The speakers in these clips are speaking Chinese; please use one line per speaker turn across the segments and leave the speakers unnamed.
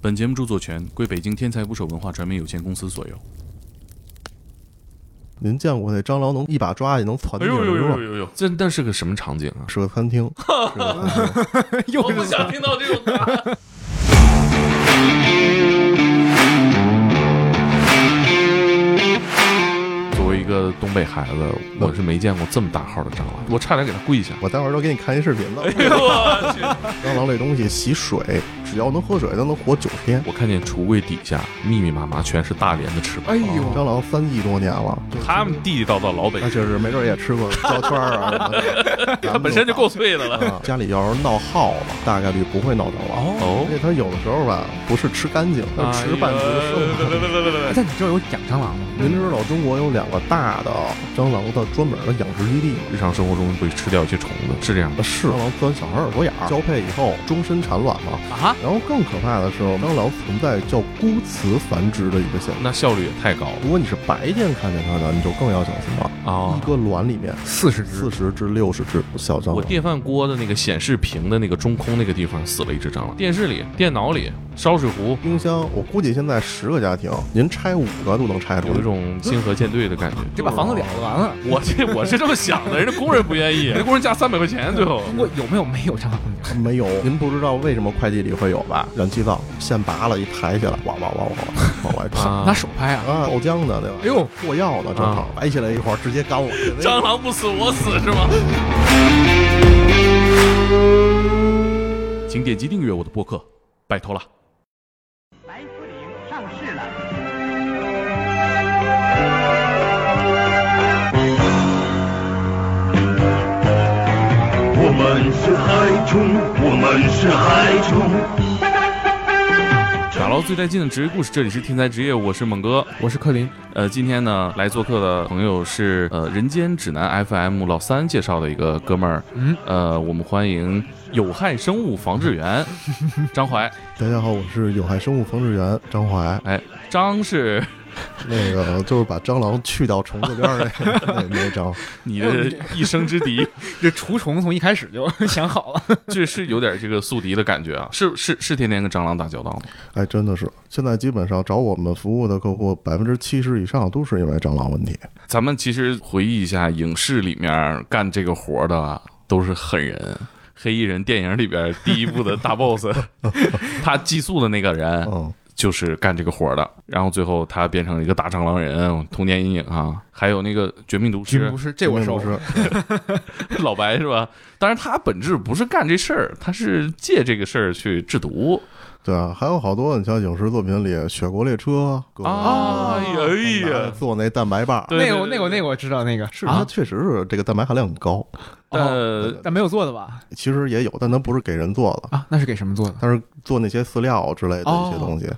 本节目著作权归北京天才捕手文化传媒有限公司所有。
您见过那蟑螂能一把抓也能团
哎
灭
呦呦
是
呦
吧？
呦呦！这那是个什么场景 啊？
是个餐厅，是个餐厅
我不想听到这种答案。作为一个东北孩子，我是没见过这么大号的蟑螂，我差点给它跪下。
我待会儿都给你看一视频
哎
了。
我去！
蟑螂这东西洗水，只要能喝水，它能活九天。
我看见橱柜底下密密麻麻全是大连的翅膀。哦
哎
蟑螂三亿多年了，
他们地地道道老北
那
京，
确实没准儿也吃过胶圈儿 啊什么的。
它本身就够脆的了。
啊，家里要是闹耗了，大概率不会闹蟑螂。
哦，
哦哎
因，为它有的时候吧，不是吃干净，它是吃半熟的
呃
剩的。
生。
但你知道有养蟑螂吗？
您知道中国有两个大的蟑螂的专门的养殖基地吗？
日常生活中会吃掉一些虫子，是这样吗？
是蟑螂钻小孩耳朵眼儿，交配以后终身产卵嘛。
啊，
然后更可怕的是，蟑螂存在叫孤雌繁殖的一个现象。
那效率也太高了
如果你是白天看见它的，你就更要小心了。
啊
一！个卵里面
四十只
四，十至六十只小蟑
我
螂，
电饭锅的那个显示屏的那个中空那个地方死了一只蟑螂，电视里、电脑里、烧水壶，
冰箱我估计现在十个家庭，您拆五个都能拆出
有一
来。
种星河舰队的感觉。
这把房子了了完了。
我这我是这么想的，人家工人不愿意，人家工人加三百块钱，最后
不过有没有没有蟑螂？
没有，您不知道为什么快递里会有吧？燃气灶线拔了，一抬起来，哇哇哇哇哇往外冲
啊
拿手拍啊！
啊！豆浆的对吧？
哎呦，
嗑药呢，正好
啊
摆起来一会儿，直接 干了。
蟑螂不死我死是吗？请点击订阅我的播客，拜托了。
白福灵上市了。
我们是海虫，我们是海虫。
打捞最带劲的职业故事，这里是天才职业，我是猛哥。
我是柯林，
呃，今天呢来做客的朋友是呃人间指南 FM 老三介绍的一个哥们儿，
嗯，
呃，我们欢迎有害生物防治 员张怀，
大家好，我是有害生物防治员张怀。
哎，张是
那个就是把蟑螂去掉虫子边儿那那那张，
你
哦
的一生之敌，
这除虫从一开始就 想好了。
这是有点这个宿敌的感觉啊，是是是天天跟蟑螂打交道吗？
哎，真的是，现在基本上找我们服务的客户，百分之七十以上都是因为蟑螂问题。
咱们其实回忆一下，影视里面干这个活儿的啊都是狠人。黑衣人电影里边第一部的大 boss，他寄宿的那个人，
嗯，
就是干这个活儿的，然后最后他变成了一个大蟑螂人，童年阴影啊。还有那个《绝命毒
军
师
不是，这我
不
收。
是，
老白是吧？当然他本质不是干这事儿，他是借这个事儿去制毒
对啊，还有好多你像影视作品里《雪国列车》各种
啊！哎
拿着
呀，
做那蛋白棒，
对
那个我那个我那个我知道那个
是它
啊，哦
确实是这个蛋白含量很高，
呃，
但没有做的吧？
其实也有，但它不是给人做的，
啊，那是给什么做的？
它是做那些饲料之类的
哦
一些东西，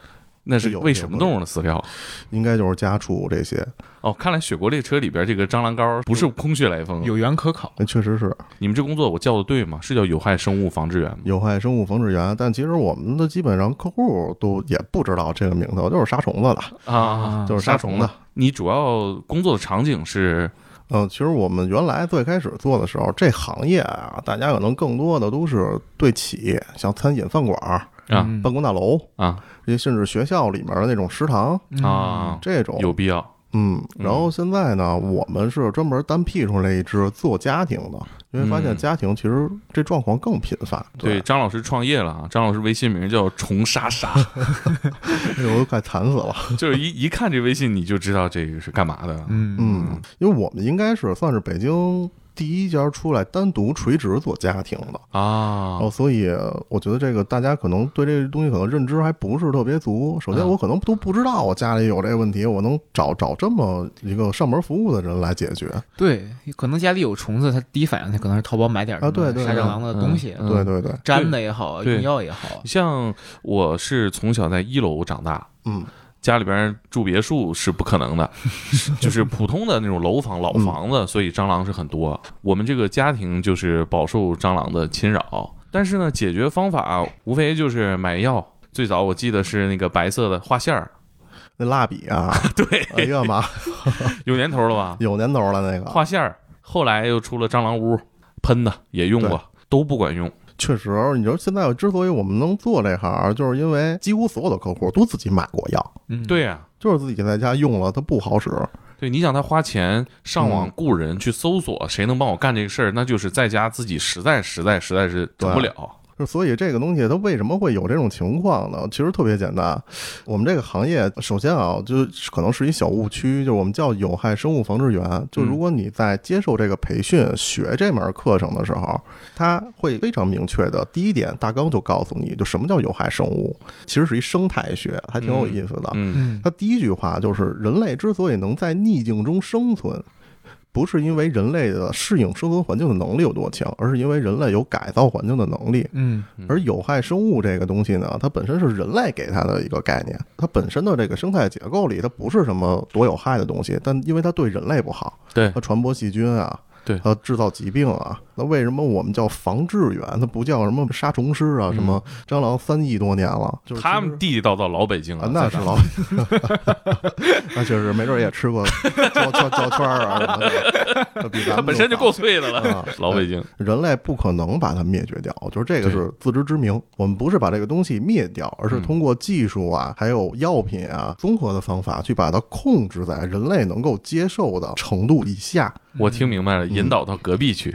那是喂什么动物的饲料？
应该就是家畜这些，
哦，看来《雪国列车》里边这个蟑螂膏不是空穴来风。啊
有缘可考。
那确实是
你们这工作我叫的对吗？是叫有害生物防治员吗？
有害生物防治员。但其实我们的基本上客户都也不知道这个名头，就是杀虫子的。
啊
就是杀虫的。
你主要工作的场景是
嗯，其实我们原来最开始做的时候，这行业啊，大家可能更多的都是对企，像餐饮、饭馆、
啊
嗯
办公大楼，
啊
也甚至学校里面的那种食堂
嗯
啊，
这种。
有必要
嗯，然后现在呢，我们是专门单辟出来一只做家庭的，因为发现
嗯
家庭其实这状况更频繁。
对，张老师创业了啊！张老师微信名叫“虫莎莎
哎呦，我都快惨死了。”，
就是一一看这微信你就知道这个是干嘛的。
嗯
嗯，因为我们应该是算是北京第一家出来单独垂直做家庭的。
啊
哦，所以我觉得这个大家可能对这个东西可能认知还不是特别足。首先，
嗯
我可能都不知道我家里有这个问题，我能找找这么一个上门服务的人来解决。
对，可能家里有虫子，他第一反应他可能是淘宝买点儿
啊
什么
对对
杀蟑
对
螂的东西，
嗯
对对对，
粘的也好，
对
用药也好。
像我是从小在一楼长大，
嗯，
家里边住别墅是不可能的，是就是普通的那种楼房、老房子，所以蟑螂是很多。我们这个家庭就是饱受蟑螂的侵扰，但是呢，解决方法无非就是买药。最早我记得是那个白色的画线儿，
那蜡笔 啊，对，哎呀妈，
有年头了吧？
有年头了那个。
画线儿，后来又出了蟑螂屋，喷的也用过，都不管用。
确实，你说现在之所以我们能做这行，就是因为几乎所有的客户都自己买过药，
嗯，
对呀、
就是自己在家用了，它不好使。
对，你想他花钱上网雇人去搜索谁能帮我干这个事儿，那就是在家自己实在实在实在是整不了。
就所以这个东西它为什么会有这种情况呢？其实特别简单，我们这个行业首先啊，就是可能是一小误区，就是我们叫有害生物防治员。就如
嗯
果你在接受这个培训、学这门课程的时候，它会非常明确的，第一点大纲就告诉你，就什么叫有害生物，其实是一生态学，还挺有意思的。
嗯，
嗯，
它第一句话就是人类之所以能在逆境中生存。不是因为人类的适应生存环境的能力有多强，而是因为人类有改造环境的能力。
嗯
而有害生物这个东西呢，它本身是人类给它的一个概念，它本身的这个生态结构里，它不是什么多有害的东西，但因为它对人类不好，
对
它传播细菌啊，
对
它制造疾病啊，那为什么我们叫防治员，它不叫什么杀虫师
嗯
啊，什么蟑螂三亿多年了，就是
他
其
们嗯
实
地地道道老北京
啊
了，，
那是老， 那确实没准也吃过胶胶胶圈儿啊什么的， 它比咱
他
们
本身就
更
够
早
脆的了，
啊，
老北京。
人类不可能把它灭绝掉，就是这个是自知之明。我们不是把这个东西灭掉，而
嗯
是通过技术啊，还有药品啊，综合的方法去把它控制在人类能够接受的程度以下。
我听明白
嗯
了，引导到隔壁去。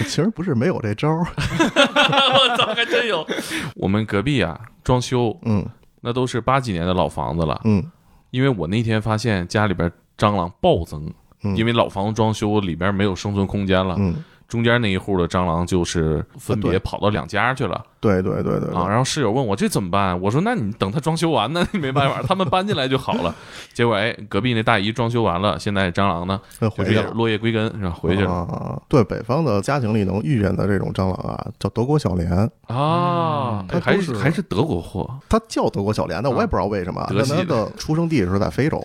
其实不是没有这招 儿，
我操，还真有！我们隔壁啊，装修
嗯
那都是八几年的老房子了，
嗯
因为我那天发现家里边蟑螂暴增，
嗯，
因为老房子装修里边没有生存空间了，
嗯，
中间那一户的蟑螂就是分
啊
别
对
跑到两家去了。
对对对
啊，
对对，
然后室友问我这怎么办？啊我说那你等他装修完呢，没办法，他们搬进来就好了。结果哎，隔壁那大姨装修完了，现在蟑螂呢
那
就
回
是
去
也
了。
落叶归根，是吧？哎回去了
啊啊啊对北方的家庭里能遇见的这种蟑螂啊，叫德国小蠊，
啊，
嗯
它
还
嗯都
是
是
还是德国货
它叫德国小蠊，但我也不知道为什么啊，
德
但
系
它
的
的出生地是在非洲，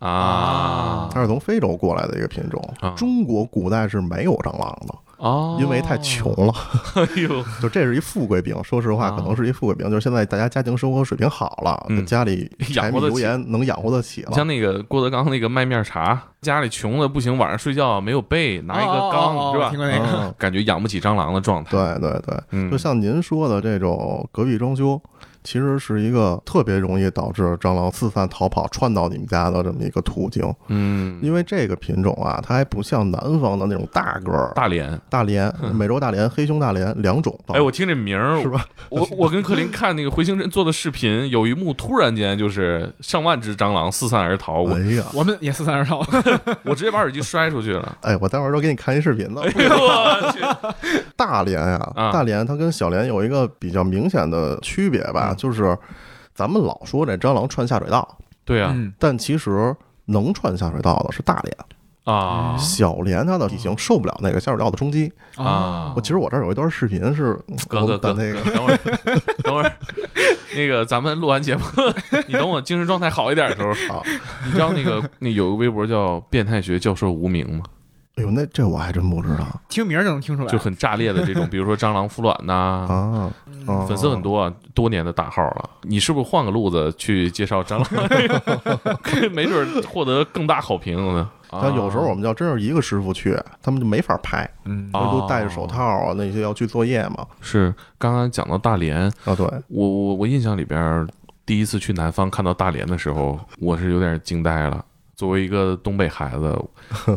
啊
它是从非洲过来的一个品种
啊。
中国古代是没有蟑螂的，
啊，
因为太穷，了，
哎呦，
就这是一富贵病。说实话，
啊
可能是一富贵病，就是现在大家家庭生活水平好了，
嗯
家里柴
养
米
活得
油
起
盐能养活得起
你像
了。
那个郭德纲那个卖面茶，家里穷的不行，晚上睡觉没有被，拿一个
哦哦
缸
哦
是
听
吧？
过那个，
嗯
感觉养不起蟑螂的状态。
对对对，
嗯
就像您说的这种隔壁装修，其实是一个特别容易导致蟑螂四散逃跑、窜到你们家的这么一个途径。
嗯，
因为这个品种啊，它还不像南方的那种大个儿
大连，
大连、美洲大连、黑熊大连两种。
哎，我听这名儿
是吧？
我我跟克林看那个回形针做的视频，有一幕突然间就是上万只蟑螂四散而逃，我
哎呀，
我们也四散而逃，
我直接把耳机摔出去 了。
哎，我待会儿都给你看一视频呢。
哎呦我去！
大连呀、
啊
大连它跟小连有一个比较明显的区别吧，
嗯
就是咱们老说这蟑螂穿下水道，
对啊
嗯
但其实能穿下水道的是大连，
啊
嗯
小连它的体
嗯
型受不了那个下水道的冲击。
哦
啊！
我其实我这儿有一段视频是
嗯哥哥
我把
哥，
那 个
哥等会儿，等会儿，那个咱们录完节目，你等我精神状态好一点的时候，
好，
你知道那个那有个微博叫“变态学教授无名”吗？
哎呦，那这我还真不知道
听名儿就能听出来，
就很炸裂的这种，比如说蟑螂孵卵呐、
啊，啊
嗯粉丝很。多啊，多年的大号了。你是不是换个路子去介绍蟑螂？ 没准儿获得更大好评呢。啊
但有时候我们要真是一个师傅去，他们就没法拍，
嗯
啊
都戴着手套啊，那些要去作业嘛。
是刚刚讲到大连，
啊，对，
我我我印象里边儿，第一次去南方看到大连的时候，我是有点惊呆了。作为一个东北孩子，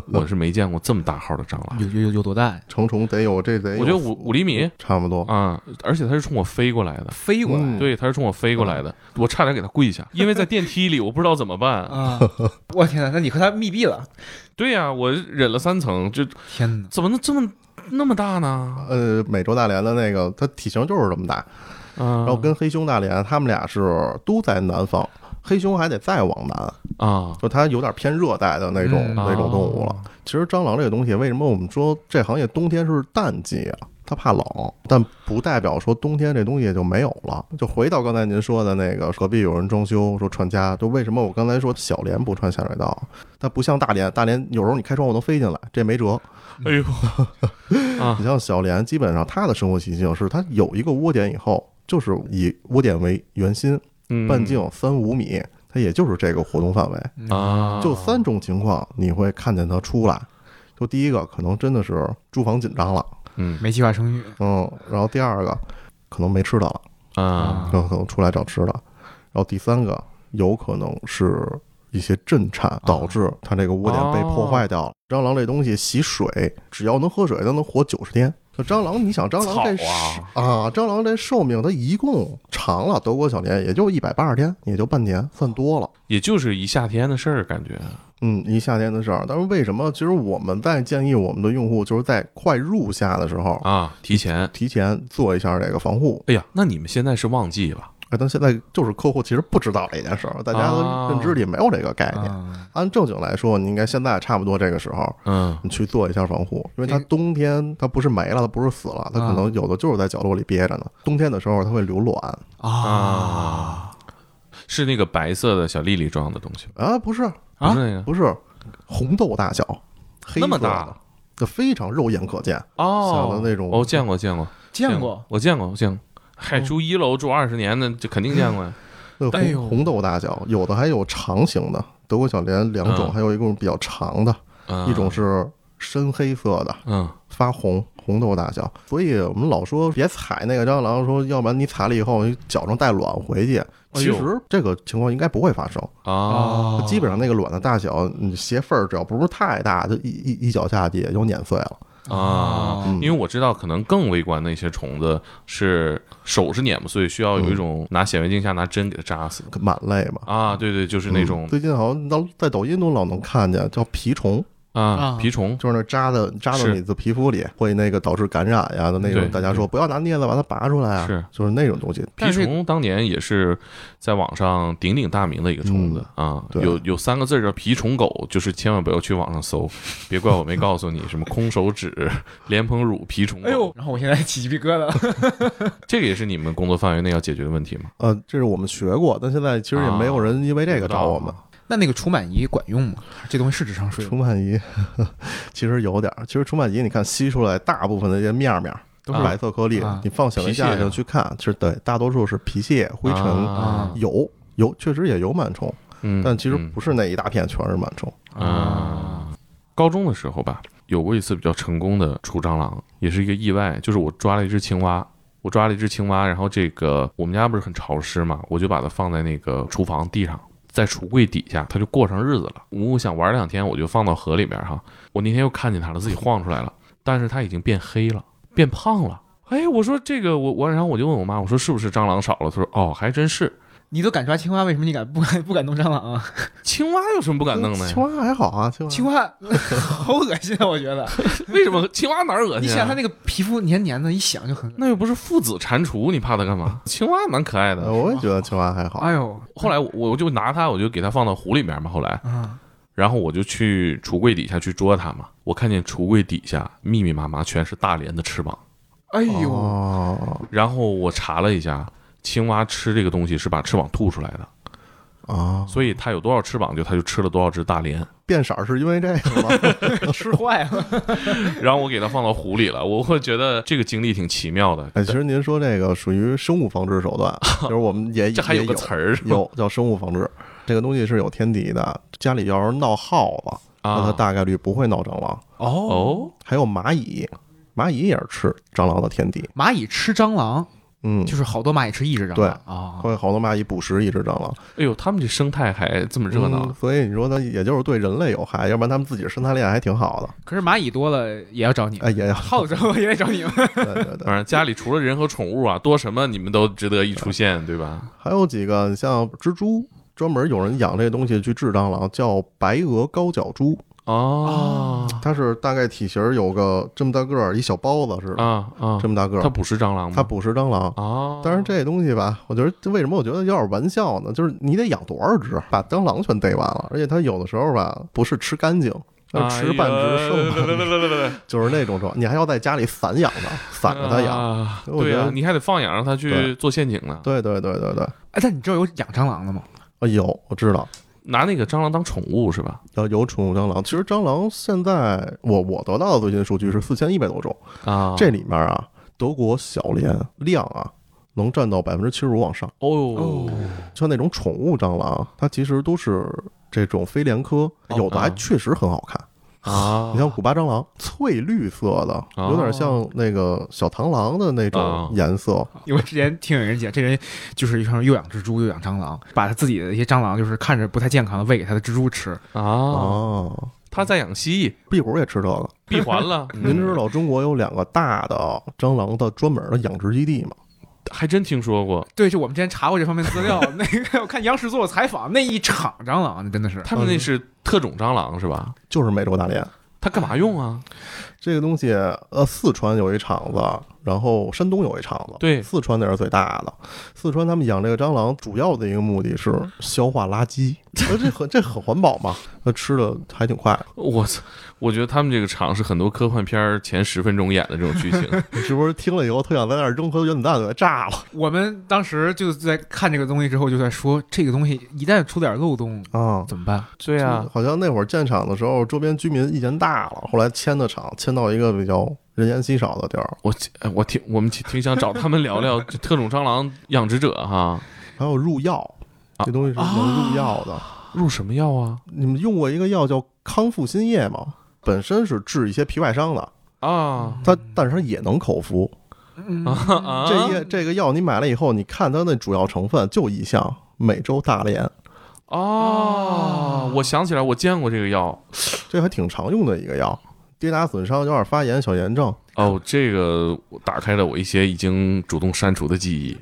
我是没见过这么大号的蟑 螂。
有有有有多大呀？
成虫得有这得有，
我觉得五五厘米
差不多。
啊、而且它是冲我飞过来的。
飞过来
嗯
对，它是冲我飞过来的，我差点给它跪下，因为在电梯里我不知道怎么
嗯
办。
啊！ 我天哪，那你和他密闭了？
对呀、我忍了三层，就
天哪！
怎么能这么那么大呢？
呃，美洲大蠊的那个，它体型就是这么大，
啊，
嗯然后跟黑熊大蠊，它们俩是都在南方，黑熊还得再往南，
啊
就它有点偏热带的那种、
嗯
那种动物了。其实蟑螂这个东西，为什么我们说这行业冬天是淡季啊？它怕冷，但不代表说冬天这东西就没有了。就回到刚才您说的那个，隔壁有人装修说传家，就为什么我刚才说小连不穿下水道，它不像大连，大连有时候你开窗户能飞进来，这没辙。
哎 呦，啊
你像小莲，基本上她的生活习性是，她有一个窝点以后，就是以窝点为圆心，
嗯
半径三五米，它也就是这个活动范围。
嗯
啊，
就三种情况，你会看见它出来。就第一个，可能真的是住房紧张了，
嗯
没计划生育，
嗯，然后第二个可能没吃的了，
啊，
有可能出来找吃的，然后第三个有可能是一些震颤导致它这个窝点被破坏
哦
掉了。蟑螂这东西吸水，只要能喝水，它能活九十天。那蟑螂，你想蟑螂这
草
啊，蟑螂这寿命它一共长了德国小年也就一百八十天，也就半年，算多了。
也就是一夏天的事儿，感觉
嗯，一夏天的事儿。但是为什么？其实我们在建议我们的用户，就是在快入夏的时候，
啊，提前。
提前做一下这个防护。
哎呀，那你们现在是旺季吧？
哎，但现在就是客户其实不知道这件事儿，大家
啊
的认知里没有这个概念。
啊，
按正经来说，你应该现在差不多这个时候。
嗯，
你去做一下防护，因为它
这
冬天它不是没了，它不是死了，它
啊
可能有的就是在角落里憋着呢。冬天的时候它会流卵
啊，是那个白色的小粒粒状的东西吗，
啊，不是
不
啊
是那个
不是，红豆大小，黑
那么
色的
大，
这非常肉眼可见。
哦，
小的那种哦
哦，见过见过
见过，
我见过我见过。嗨，住一楼住二十年的，这肯定见过 呀。
那
哎呦
红红豆大小，有的还有长形的，德国小蠊两种，
嗯
还有一种比较长的，
嗯
一种是深黑色的，
嗯
发红，红豆大小。所以我们老说别踩那个蟑螂，说要不然你踩了以后你脚上带卵回去。
哎
其
呦
实这个情况应该不会发生，
啊，
基本上那个卵的大小，你鞋缝儿只要不是太大，就一一一脚下去也就碾碎了。
啊，
嗯
因为我知道，可能更微观的一些虫子是手是碾不碎，需要有一种拿显微镜下拿针给它扎死
满类嘛，
啊。对对，就是那种
嗯最近好像老在抖音中老能看见叫蜱虫，
啊
嗯
啊
蜱虫
就是那扎的扎到
是
你的皮肤里，会那个导致感染呀的那
对
种。大家说不要拿镊子把它拔出来啊，
是
就是那种东西。
蜱
但是
虫当年也是在网上鼎鼎大名的一个虫子啊，
嗯对
有有三个字儿叫“蜱虫狗”，就是千万不要去网上搜， 别怪我没告诉你什么空手指、 莲蓬乳、蜱虫
哎呦
狗，，
然后我现在起鸡皮疙瘩了，
这个也是你们工作范围内要解决的问题吗？
呃，这是我们学过，但现在其实也没有人因为这个找我
啊不
们
知。 啊
那那个除螨仪管用吗？这东西是智商税吗，
除螨仪 其实有点儿，其实除螨仪你看吸出来大部分的这些面儿面儿
都
白色颗粒，
啊
你放小
皮
一
屑
下
啊
就去看，是对，大多数是皮屑、灰尘、
啊
有有确实也有螨虫，
嗯，
但其实
嗯
不是那一大片全是螨虫。
啊，高中的时候吧，有过一次比较成功的除蟑螂，也是一个意外，就是我抓了一只青蛙。我抓了一只青蛙，然后这个我们家不是很潮湿嘛，我就把它放在那个厨房地上，在橱柜底下，它就过上日子了。我想玩两天，我就放到河里边儿哈。我那天又看见它了，自己晃出来了，但是它已经变黑了，变胖了。哎，我说这个我我，然后我就问我妈，我说是不是蟑螂少了？她说哦，还真是。
你都敢抓青蛙，为什么你敢不敢不敢弄蟑螂啊？
青蛙有什么不敢弄的呀
青？蛙还好啊，青蛙
青蛙好恶心啊，我觉 得。
为什么青蛙哪儿恶心、啊？
你想它那个皮肤黏黏的，一想就很……
那又不是父子蟾蜍，你怕它干嘛？青蛙蛮可爱
呃
的。
我也觉得青蛙还好。
哎呦
后来我我就拿它，我就给它放到湖里面嘛。后来，
啊！
然后我就去橱柜底下去捉它嘛。我看见橱柜底下密密麻麻全是大连的翅膀，
哎呦，
哦
然后我查了一下，青蛙吃这个东西是把翅膀吐出来的，
啊，
所以它有多少翅膀就它就吃了多少只大连。
变色儿是因为这个吗？
吃坏了！
然后我给它放到湖里了，我会觉得这个经历挺奇妙的。
哎，其实您说这个属于生物防治手段，啊 就是我们也
这还
也
有
有
个词儿是吧
有叫生物防治，这个东西是有天敌的。家里要是闹耗子，那它
啊
大概率不会闹蟑螂。
哦，
还有蚂蚁，蚂蚁也是吃蟑螂的天敌。
蚂蚁吃蟑螂，
嗯，
就是好多蚂蚁吃一只蟑
对
螂啊！
会有好多蚂蚁捕食一只蟑螂，
哎呦，他们这生态还这么热闹
嗯，所以你说它也就是对人类有害，要不然它们自己生态链还挺好的。
可是蚂蚁多了也要找
嗯
你们，
哎，也要
耗子多了也得找你 哎们。
对对对。
反正家里除了人和宠物啊，多什么你们都值得一出现，对吧？
还有几个像蜘蛛，专门有人养这东西去治蟑螂，叫白额高脚蛛。
哦
它是大概体型有个这么大个儿，一小包子似的，
啊啊
这，么大个
它
儿，
捕食蟑螂吗？
它捕食蟑螂。
啊，
但是这东西吧，我觉得这为什么我觉得有点玩笑呢？就是你得养多少只，啊把蟑螂全逮完了，而且它有的时候吧，不是吃干净，那
哎
吃半
呀
只剩 半只，
哎
就是那种状态，你还要在家里散养它，散着它养。
啊
我
对
觉
呀，
得
你还得放养，让它去
对
做陷阱呢，
对对对对对，
哎，但你知道有养蟑螂的吗？
啊有我知道。
拿那个蟑螂当宠物是吧？
要有宠物蟑螂，其实蟑螂现在我我得到的最新数据是四千一百多种，
啊，
这里面啊，德国小蠊量啊，能占到百分之七十五往上。
哦呦，
像那种宠物蟑螂，它其实都是这种非联科，有的还
啊
确实很好看，
啊
你像古巴蟑螂，翠绿色的，有点像那个小螳螂的那
啊
种颜色。
因为之前听有人讲，这人就是一上又养蜘蛛又养蟑螂，把他自己的一些蟑螂就是看着不太健康的喂给他的蜘蛛吃。
啊，
哦，
他在养蜥蜴，
壁虎也吃这个。
闭环 了，嗯
您知道中国有两个大的蟑螂的专门的养殖基地吗？
还真听说过，
对，就我们之前查过这方面资料， 那个我看央视做了采访，那一场蟑螂那真的是
他们
嗯
那是特种蟑螂是吧？
就是美洲大蠊。
它干嘛用啊？
这个东西，呃，四川有一厂子，然后山东有一厂子。
对
四川那是最大的。四川他们养这个蟑螂，主要的一个目的是
嗯
消化垃圾。呃，这很这很环保嘛，那吃的还挺快。
我操！我觉得他们这个厂是很多科幻片儿前十分钟演的这种剧情。
你是不是听了以后特想在那儿扔颗原子弹给它炸了
我们当时就在看这个东西之后，就在说这个东西一旦出点漏洞
啊？
怎 么办？
对啊，
好像那会儿建厂的时候，周边居民意见大了，后来迁的厂，迁到一个比较人烟稀少的地儿。
我哎我挺我们挺挺想找他们聊 聊这特种蟑螂养殖者哈，
还有入药，
啊
这东西是能入药的。
入什么药啊？
你们用过一个药叫康复新液吗？本身是治一些皮外伤的，
啊
它但是它也能口服。
啊！
这液这个药你买了以后，你看它那主要成分就一项美洲大蠊，
啊，我想起来，我见过这个药。
这还挺常用的一个药。跌打损伤、有点发炎、小炎症，
啊
哦，这个打开了我一些已经主动删除的记忆，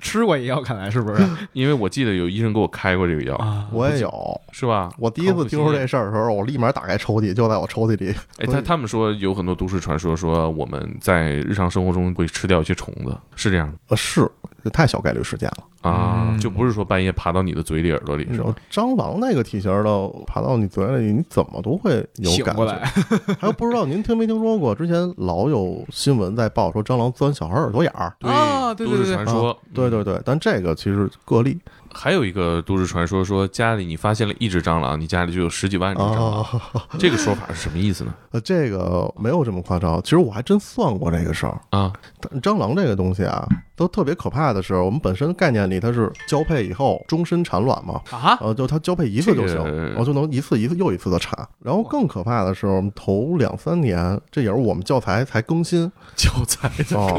吃过也要，看来是不是？
因为我记得有医生给我开过这个药，
我也有。
是吧？
我第一次听说这事儿的时候，我立马打开抽屉，就在我抽屉里。
哎，他他们说有很多都市传说，说我们在日常生活中会吃掉一些虫子，是这样的
呃，是这太小概率事件了。
啊，
嗯
就不是说半夜爬到你的嘴里、耳朵里
你
是
知
吧
道？蟑螂那个体型的爬到你嘴里，你怎么都会有
醒
感
过
觉。
来，
还有不知道您听没听说过，之前老有新闻在报说蟑螂钻小孩耳朵眼儿。
对
啊对对
都
对
市传说、
哦
嗯
对对对，但这个其实个例
还有一个都市传说说，家里你发现了一只蟑螂，你家里就有十几万只蟑螂。
啊，
这个说法是什么意思呢？
呃， 这个没有这么夸张。其实我还真算过这个事儿。
啊，
但蟑螂这个东西啊，都特别可怕的是，我们本身概念里它是交配以后终身产卵嘛，
啊，
呃，就它交配一次就
这
行，
个
然后就能一次一次又一次的产。然后更可怕的是，我们头两三年，这也是我们教材才更新
教材
哦，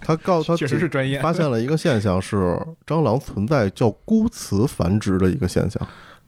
他告他
确实是专业。
发现了一个现象是蟑螂存在叫孤雌繁殖的一个现象，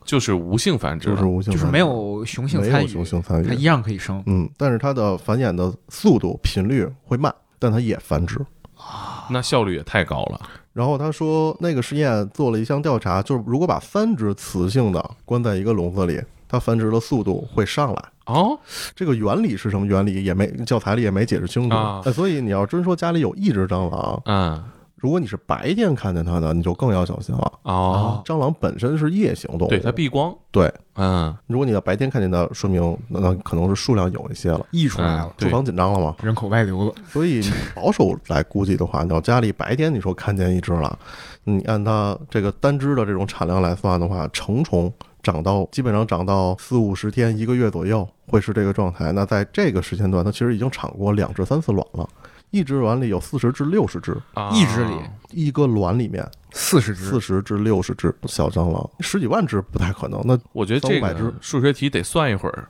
就是无性繁殖
就
了，
是无性
就
繁殖，
是没有雄性
没
参
有
与，
雄性参
它
与
一，样可以生。
嗯，但是它的繁衍的速度频率会慢，但它也繁殖。啊
那效率也太高了。
然后他说，那个实验做了一项调查，就是如果把三只雌性的关在一个笼子里，它繁殖的速度会上来。
哦，
这个原理是什么原理也没教材里也没解释清楚。
啊
呃所以你要真说家里有一只蟑螂，
嗯，
如果你是白天看见它的，你就更要小心了。
哦，
蟑螂本身是夜行动物，
对，它避光，
哦对。
嗯，
如果你在白天看见它，说明那那可能是数量有一些了，
溢出来了
嗯，
住
对
房紧张了嘛。
人口外流了。
所以保守来估计的话，你要家里白天你说看见一只了，你按它这个单只的这种产量来算的话，成虫长到基本上长到四五十天、一个月左右会是这个状态。那在这个时间段，它其实已经产过两至三次卵了，一只卵里有四十至六十只，
啊
一只里
一个卵里面
四十只
四，十至六十只小蟑螂，十几万只不太可能。那
我觉得这
三五百
个
只
数学题得算一会 儿。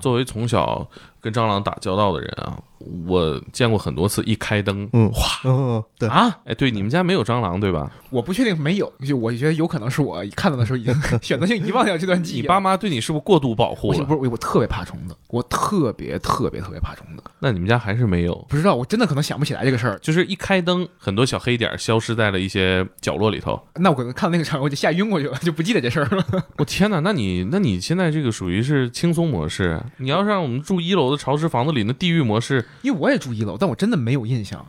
作为从小跟蟑螂打交道的人啊，我见过很多次一开灯
嗯，哇，嗯，对，
啊，哎，对，你们家没有蟑螂对吧？
我不确定没有，就我觉得有可能是我看到的时候已经 选择性遗忘掉这段记忆
你
了。
爸妈对你是不是过度保护
我
了
不？是我，我特别怕虫子，我特别特别特别怕虫子。
那你们家还是没有。
不知道，我真的可能想不起来这个事儿。
就是一开灯，很多小黑点儿消失在了一些角落里头。
那我可能看到那个场景，我就吓晕过去了，就不记得这事儿了。
我天哪，那你那你现在这个属于是轻松模式。啊你要让我们住一楼的潮湿房子里，那地狱模式，
因为我也住一楼，但我真的没有印象，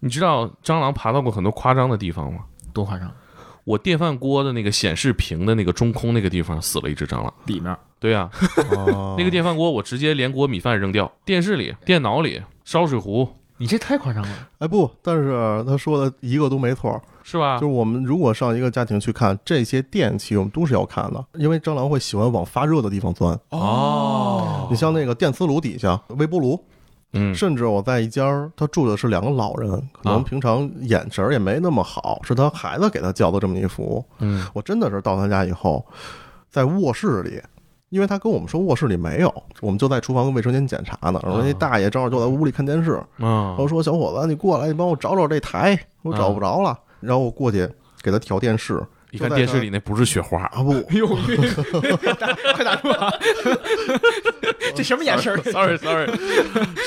你知道蟑螂爬到过很多夸张的地方吗？
多夸张。
我电饭锅的那个显示屏的那个中空那个地方死了一只蟑螂。
里面
对呀、啊
哦
那个电饭锅我直接连锅米饭扔掉。电视里、电脑里、烧水壶，
你这太夸张了，
哎不，但是他说的一个都没错，
是吧
就是？我们如果上一个家庭去看这些电器，我们都是要看的，因为蟑螂会喜欢往发热的地方钻。
哦
你，像那个电磁炉底下、微波炉，
嗯，
甚至我在一家儿，他住的是两个老人，可
啊
能平常眼神儿也没那么好，是他孩子给他叫的这么一服务。
嗯，
我真的是到他家以后，在卧室里因为他跟我们说卧室里没有，我们就在厨房跟卫生间检查呢。然后那
啊
大爷正好就在屋里看电视，
嗯
然后说：“小伙子，你过来，你帮我找找这台，我找不着了。然后我过去给他调电视
一看电视里那不是雪花，
啊，不，
哎呦，打 快打住啊！ 这什么眼 神儿？
sorry sorry，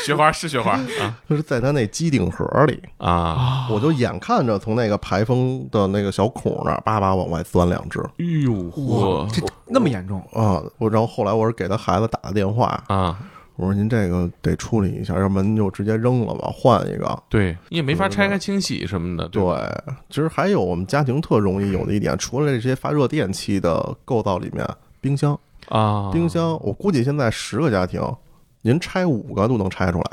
雪 花是雪花啊
就是在他那机顶盒里，
啊！
我就眼看着从那个排风的那个小孔那儿叭叭往外钻两只
哎呦
哇，这那么严重？
啊。我然后后来我是给他孩子打的电话，
啊！
我说您这个得处理一下，要不然您就直接扔了吧，换一个。
对你也没法拆开清洗什么的，
对
吧，
其实还有我们家庭特容易有的一点，除了这些发热电器的构造里面，冰箱，
啊，
冰箱，我估计现在十个家庭，您拆五个都能拆出来。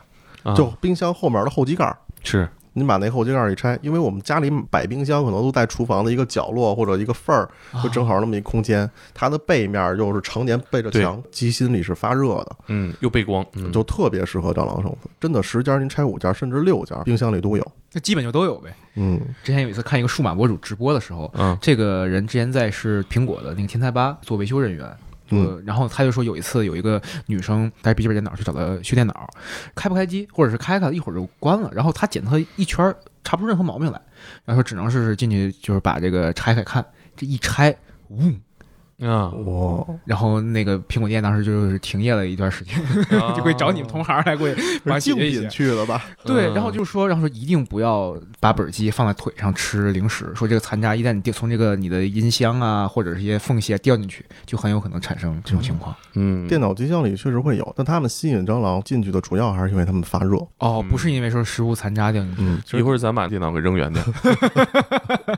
啊
就冰箱后面的后机盖儿，
是
你把那后机盖儿一拆，因为我们家里摆冰箱可能都在厨房的一个角落或者一个缝儿，
啊
就正好那么一空间。它的背面又是常年背着
对
墙，机芯里是发热的，
嗯，又背光，嗯
就特别适合蟑螂生存。真的，十家您拆五家，甚至六家，冰箱里都有。
那基本就都有呗。
嗯，
之前有一次看一个数码博主直播的时候，
嗯
这个人之前在是苹果的那个天才吧做维修人员。
嗯
呃，然后他就说有一次有一个女生带笔记本电脑去找他修电脑，开不开机，或者是开开一会儿就关了，然后他检测一圈儿查不出任何毛病来，然后说只能是进去就是把这个拆开看，这一拆，嗡，
啊，
哇，
然后那个苹果店当时就是停业了一段时间， 就会找你们同行来过去帮你解
啊竞
决一下
品。去了吧？
对，
嗯
然后就说，然后说一定不要把本儿机放在腿上吃零食，说这个残渣一旦你掉从这个你的音箱啊或者是一些缝隙啊掉进去，就很有可能产生这种情况。
嗯，
电脑机箱里确实会有，但他们吸引蟑螂进去的主要还是因为他们发热。
哦，不是因为说食物残渣掉进去，
嗯，
一会儿咱把电脑给扔 远点。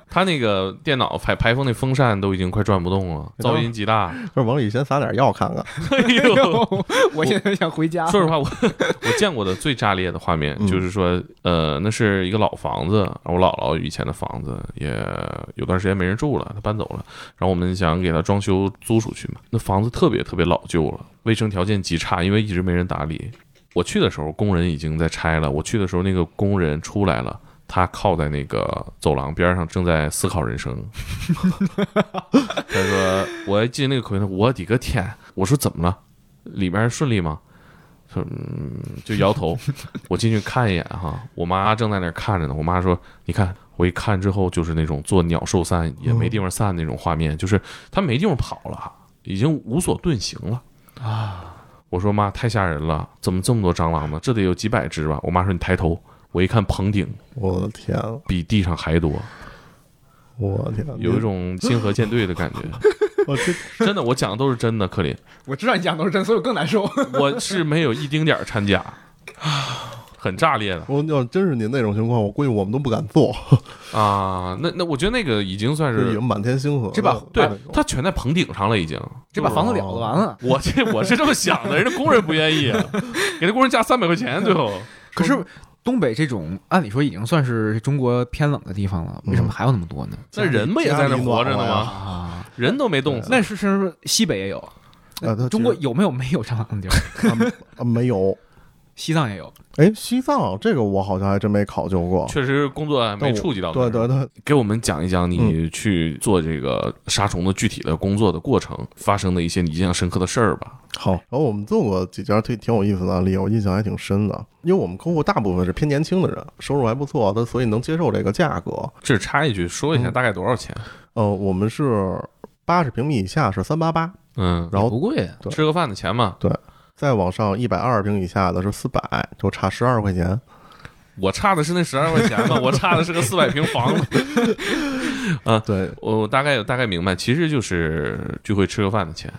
他那个电脑排排风那风扇都已经快转不动了，噪音极大。
就是往里先撒点药看看。
哎呦，
我现在想回家。
说实话，我我见过的最炸裂的画面
嗯
就是说，呃，那是一个老房子，我姥姥以前的房子，也有段时间没人住了，她搬走了。然后我们想给她装修租出去嘛，那房子特别特别老旧了，卫生条件极差，因为一直没人打理。我去的时候，工人已经在拆了。我去的时候，那个工人出来了，他靠在那个走廊边上，正在思考人生。他说：“我还进那个口音，我的个天！”我说：“怎么了？里边顺利吗？”他说：“嗯，就摇头。”我进去看一眼哈，我妈正在那儿看着呢。我妈说：“你看。”我一看之后，就是那种做鸟兽散也没地方散那种画面，就是他没地方跑了，已经无所遁形了。我说妈，太吓人了，怎么这么多蟑螂呢？这得有几百只吧？我妈说你抬头，我一看棚顶
我的天啊，
比地上还多，
我的天啊，
有一种星河舰队的感觉。
我这
真的，我讲的都是真的，克林，
我知道你讲的都是真，所以我更难 受。
我是没有一丁点儿掺假， 很炸裂的
我要真是您那种情况，我估计我们都不敢做，
啊！那那我觉得那个已经算
就是
是
有满天星河。啊
这把
对
那种，
它全在棚顶上了，已经。
这把房子了了完了。
我这我是这么想的，人家工人不愿意，啊给那工人加三百块钱，最 后
可是东北这种按理说已经算是中国偏冷的地方了，为什么还有那么多呢？
那人不也在那活着呢
家里暖
吗？
啊，
人都没冻死，
那是是不是西北也有？
呃，它
中国
其
有没有没有蟑螂的地儿？
实啊没啊没有。
西藏也有。
哎，西藏这个我好像还真没考究过，
确实工作
但
没
我
触及到。
对嗯对对，
给我们讲一讲你去做这个杀虫的具体的工作的过程，发生的一些你印象深刻的事儿吧。
好。然后我们做过几家挺挺有意思的案例，我印象还挺深的，因为我们客户大部分是偏年轻的人，收入还不错，他所以能接受这个价格。
这插一句，说
嗯
一下大概多少钱？
呃，我们是八十平米以下是三八八，
嗯，
然后
不贵，
对
吃个饭的钱嘛。
再往上一百二十平以下的是四百，就差十二块钱。
我差的是那十二块钱嘛，我差的是个四百平房子。
对，
我大概有大概明白，其实就是聚会吃个饭的钱。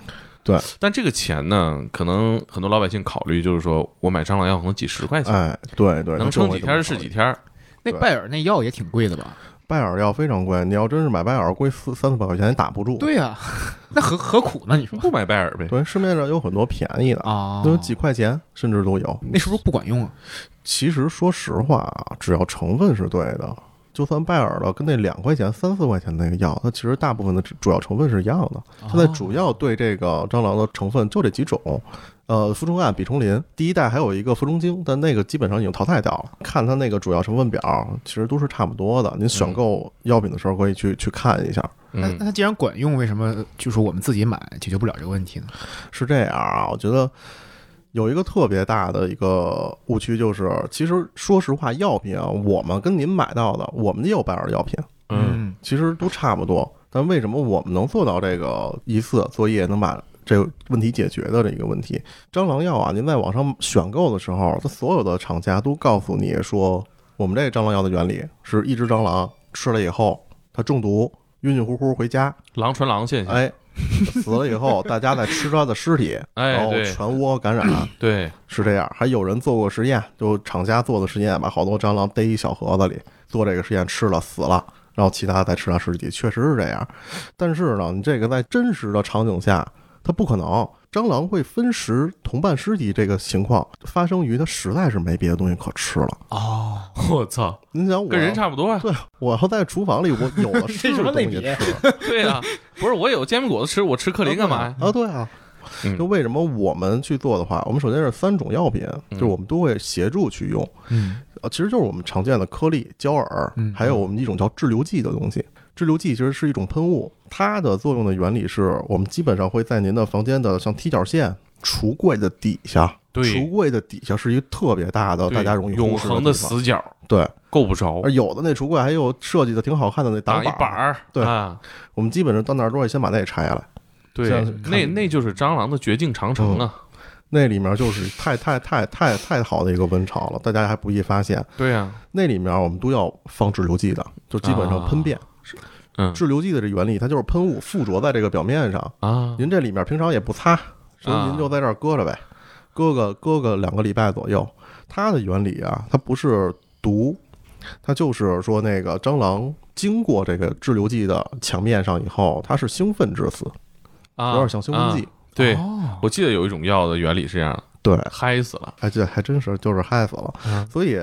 对，
但这个钱呢，可能很多老百姓考虑就是说我买蟑螂药可能几十块钱，
哎，对对，
能
这
撑
我
几
也
天
懂
是几天。
那拜耳那药也挺贵的吧？
拜耳药非常贵，你要真是买拜耳，贵四三四百块钱也打不住。
对呀、 那何何苦呢？你说
不买拜耳呗，
对，市面上有很多便宜的，
啊
都有几块钱，甚至都有。
那是不是不管用啊？
其实说实话啊，只要成分是对的，就算拜耳的跟那两块钱、三四块钱那个药，它其实
哦
大部分的主主要成分是一样的。现在主要对这个蟑螂的成分就这几种，呃，氟虫胺、吡虫林，第一代还有一个氟虫精，但那个基本上已经淘汰掉了。看它那个主要成分表，其实都是差不多的。您选购药品的时候可以去去看一下。
那那
嗯
它既然管用，为什么就是我们自己买解决不了这个问题呢？
是这样啊，我觉得有一个特别大的一个误区，就是其实说实话，药品啊，我们跟您买到的，我们也有拜耳药品，
嗯，
其实都差不多。但为什么我们能做到这个一次作业能把这个问题解决的这个问题？蟑螂药啊，您在网上选购的时候，它所有的厂家都告诉你说，我们这蟑螂药的原理是一只蟑螂吃了以后，它中毒，晕晕乎乎回家，
狼传狼现象，
哎，死了以后，大家再吃它的尸体，
哎
然后
对
全窝感 染，啊
对，
是这样。还有人做过实验，就厂家做的实验，把好多蟑螂逮一小盒子里做这个实验，吃了死了，然后其他再吃它尸体，确实是这样。但是呢，你这个在真实的场景下，它不可能。蟑螂会分食同伴尸体这个情况发生于它实在是没别的东西可吃了。
哦，
我操，
你想我
跟人差不多啊，
对，我要在厨房里我有了是
这什么
东
类
西
别
吃，
对啊，不是我有煎饼果子吃，我吃克林干嘛呀？
啊，对啊。
嗯
就为什么我们去做的话，我们首先是三种药品，
嗯
就是我们都会协助去用，
嗯
呃，其实就是我们常见的颗粒、胶饵
嗯，
还有我们一种叫滞留剂的东西。滞留剂其实是一种喷雾，它的作用的原理是我们基本上会在您的房间的像踢脚线、橱柜的底下，
对
橱柜的底下是一个特别大的，
对
大家容易忽
永
视
恒
的
的哦
地方，
死角，
对。
够不着
而，有的那橱柜还有设计的挺好看的那挡
挡一板
板，
儿，
对
啊，
我们基本上到那儿都会先把那拆下来，
对
像是，
那
看
那就是蟑螂的绝境长城啊，
那里面就是太太太太太好的一个温巢了，大家还不易发现。
对啊，
那里面我们都要放滞留剂的，就基本上喷变。
嗯
滞留剂的这原理，它就是喷雾附着在这个表面上。
啊，
您这里面平常也不擦，所以您就在这儿搁着呗，搁个搁个两个礼拜左右。它的原理啊，它不是毒，它就是说那个蟑螂经过这个滞留剂的墙面上以后，它是兴奋致死，
啊
有点像兴奋剂
啊。对，
哦
我记得有一种药的原理是这样的，
对，
嗨死了，
哎，这还真是就是害死了。
嗯
所以，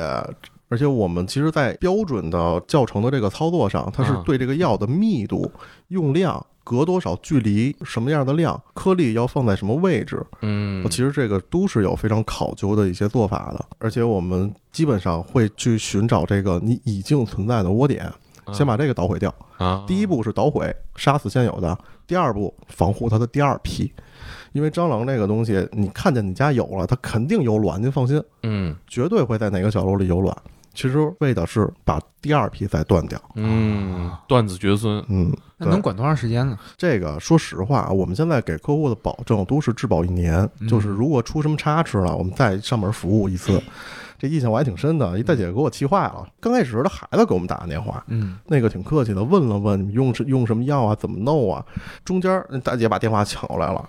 而且我们其实，在标准的教程的这个操作上，它是
嗯
对这个药的密度、用量、隔多少距离、什么样的量、颗粒要放在什么位置，
嗯，
其实这个都是有非常考究的一些做法的。而且我们基本上会去寻找这个你已经存在的窝点，
嗯
先把这个捣毁掉。
啊，
第一步是捣毁，杀死现有的；第二步，防护它的第二批。因为蟑螂这个东西，你看见你家有了，它肯定有卵，您放心，
嗯
绝对会在哪个角落里有卵。其实为的是把第二批再断掉。
嗯，断子绝孙，
嗯，
那能管多长时间呢？
这个说实话，我们现在给客户的保证都是质保一年，就是如果出什么差池了，我们再上门服务一次。这印象我还挺深的，一大姐给我气坏了。刚开始她孩子给我们打的电话，
嗯，
那个挺客气的，问了问你们用是用什么药啊，怎么弄啊。中间那大姐把电话抢过来了，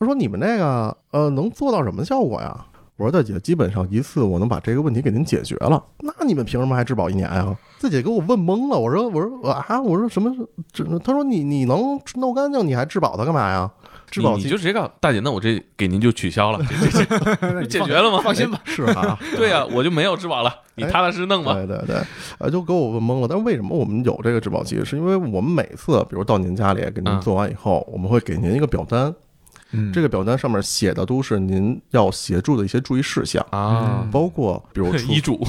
她说：“你们那个呃能做到什么效果呀？”我说：“大姐，基本上一次我能把这个问题给您解决了，那你们凭什么还质保一年呀？”大姐给我问懵了，我说：“我说啊，我说什么？这她说你你能弄干净，你还质保它干嘛呀？质
你
保
你
期
就直接告诉大姐，那我这给您就取消了，这这解决了吗？放心吧，
是啊，
对啊，我就没有质保了，你
哎
踏踏实实弄吧。
对对对，呃，就给我问懵了。但是为什么我们有这个质保期？是因为我们每次，比如到您家里给您
嗯
做完以后，我们会给您一个表单，
嗯
这个表单上面写的都是您要协助的一些注意事项，
啊，
包括比如 厨
医嘱，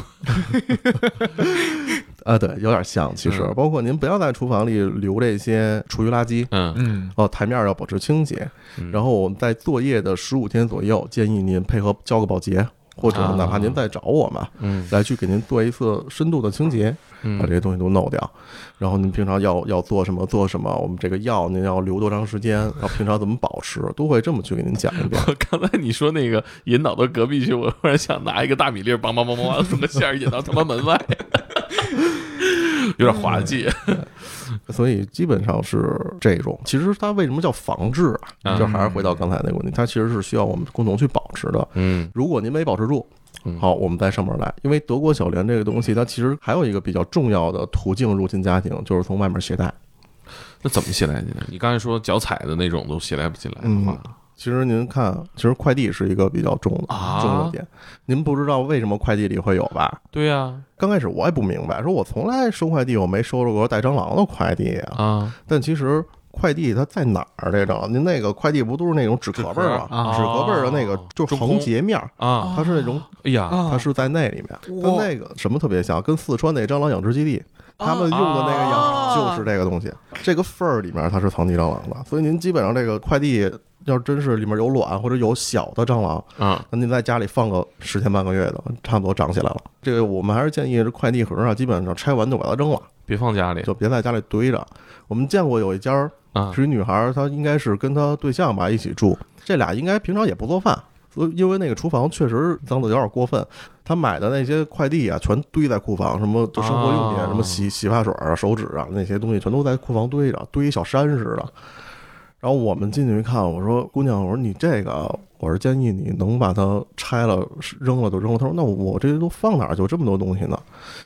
啊，对，有点像，其实
嗯
包括您不要在厨房里留这些厨余垃圾。
嗯，
嗯
哦，台面要保持清洁，
嗯
然后我们在作业的十五天左右，建议您配合交个保洁，或者
啊
哪怕您再找我们，
嗯
来去给您做一次深度的清洁，
嗯
把这些东西都弄掉。然后您平常要要做什么做什么，我们这个药您要留多长时间，然后平常怎么保持，都会这么去给您讲一遍。
我刚才你说那个引导到隔壁去，我忽然想拿一个大米粒儿，梆梆梆梆梆，顺个线儿引到他妈门外，有点滑稽。
所以基本上是这种。其实它为什么叫防治啊？
嗯
就还是回到刚才那个问题，它其实是需要我们共同去保持的。
嗯
如果您没保持住
嗯，
好，我们再上门来。因为德国小蠊这个东西，它其实还有一个比较重要的途径入侵家庭，就是从外面携带。
那怎么携带进来？你刚才说脚踩的那种都携带不进来的话，
其实您看，其实快递是一个比较重的、
啊
重的点。您不知道为什么快递里会有吧？
对呀，
刚开始我也不明白，说我从来收快递我没收着过带蟑螂的快递啊。
啊，
但其实快递它在哪儿这种，您那个快递不都是那种纸壳儿吗
纸壳儿？啊
纸壳儿的那个就是
中空
横截面儿，
啊，
它是那种
哎呀，
啊
它是在那里面，跟
哇
那个什么特别像，跟四川那蟑螂养殖基地，他们用的那个
啊
养就是这个东西，这个缝儿里面它是藏匿蟑螂的，所以您基本上这个快递。要是真是里面有卵或者有小的蟑螂，
啊，
那您在家里放个十天半个月的，差不多长起来了。这个我们还是建议这快递盒啊，基本上拆完就把它扔了，
别放家里
就别在家里堆着。我们见过有一家儿
啊，
是一女孩儿，她应该是跟她对象吧一起住，这俩应该平常也不做饭，所以因为那个厨房确实脏的有点过分。她买的那些快递啊，全堆在库房，什么就生活用品，
啊
什么洗洗发水啊、手纸啊那些东西，全都在库房堆着，堆一小山似的。然后我们进去一看，我说：“姑娘，我说你这个，我是建议你能把它拆了扔了就扔了。”她说：“那我这都放哪儿去？有这么多东西呢？”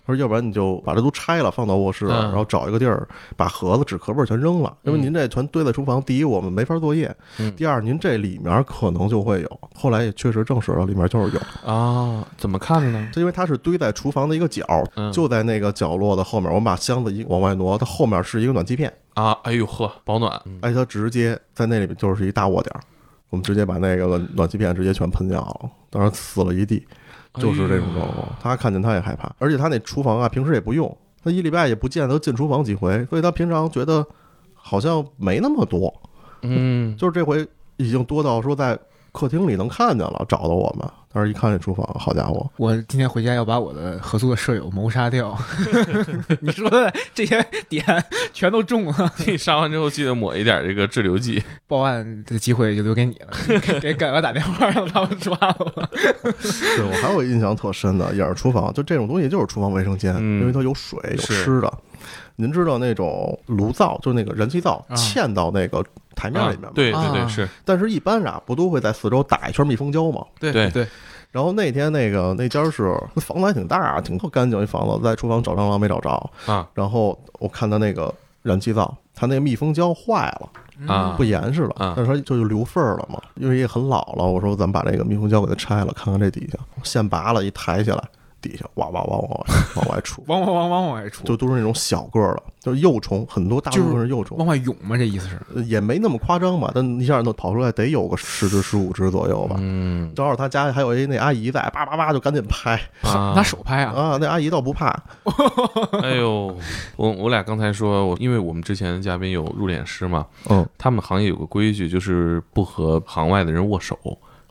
她说：“要不然你就把这都拆了，放到卧室，
嗯
然后找一个地儿把盒子、纸壳儿全扔了，因为
嗯
您这全堆在厨房。第一，我们没法作业；
嗯
第二，您这里面可能就会有。后来也确实证实了，里面就 是有，
啊，怎么看的呢？
它因为它是堆在厨房的一个角，
嗯
就在那个角落的后面。我们把箱子一往外挪，它后面是一个暖气片，
啊，哎呦呵，保暖，
而且它直接在那里面就是一大窝点儿。我们直接把那个暖气片直接全喷掉了，当然死了一地，就是这种
哎
状况。他看见他也害怕，而且他那厨房啊，平时也不用，他一礼拜也不见得进厨房几回，所以他平常觉得好像没那么多。
嗯，
就是这回已经多到说在客厅里能看见了，找到我们。但是一看这厨房，好家 伙，
我今天回家要把我的合租的舍友谋杀掉。你说的这些点全都中了，
你杀完之后记得抹一点这个滞留剂。
报案的机会就留给你了，给给赶快打电话让他们抓我。
对我还有印象特深的，也是厨房，就这种东西就是厨房卫生间，
嗯
因为它有水有
是
吃的。您知道那种炉灶，就是那个燃气灶，
啊
嵌到那个台面
啊
里面嘛？
对对
啊
对，是
但是，一般啊，不都会在四周打一圈密封胶吗？
对
对
对，
然后那天那个那家是那房子还挺大，啊挺干净一房子，在厨房找蟑螂没找着。
啊
然后我看他那个燃气灶，它那个密封胶坏了。
啊
嗯
不，严实了
啊，
但是它就留缝儿了嘛，因为也很老了。我说咱们把这个密封胶给它拆了，看看这底下，线拔了，一抬起来，底下哇哇哇哇哇往外出，
往往往往往外出，
就都是那种小个儿的，就是幼虫，很多大部分是幼虫
往，外涌嘛，这意思是
呃也没那么夸张吧，但一下能跑出来得有个十只、十五只左右吧。
嗯
正好他家还有一那阿姨在，叭叭叭就赶紧拍
啊
拿手拍啊。
啊！那阿姨倒不怕，
哎呦，我我俩刚才说，我因为我们之前的嘉宾有入殓师嘛，
嗯，
他们行业有个规矩，就是不和行外的人握手，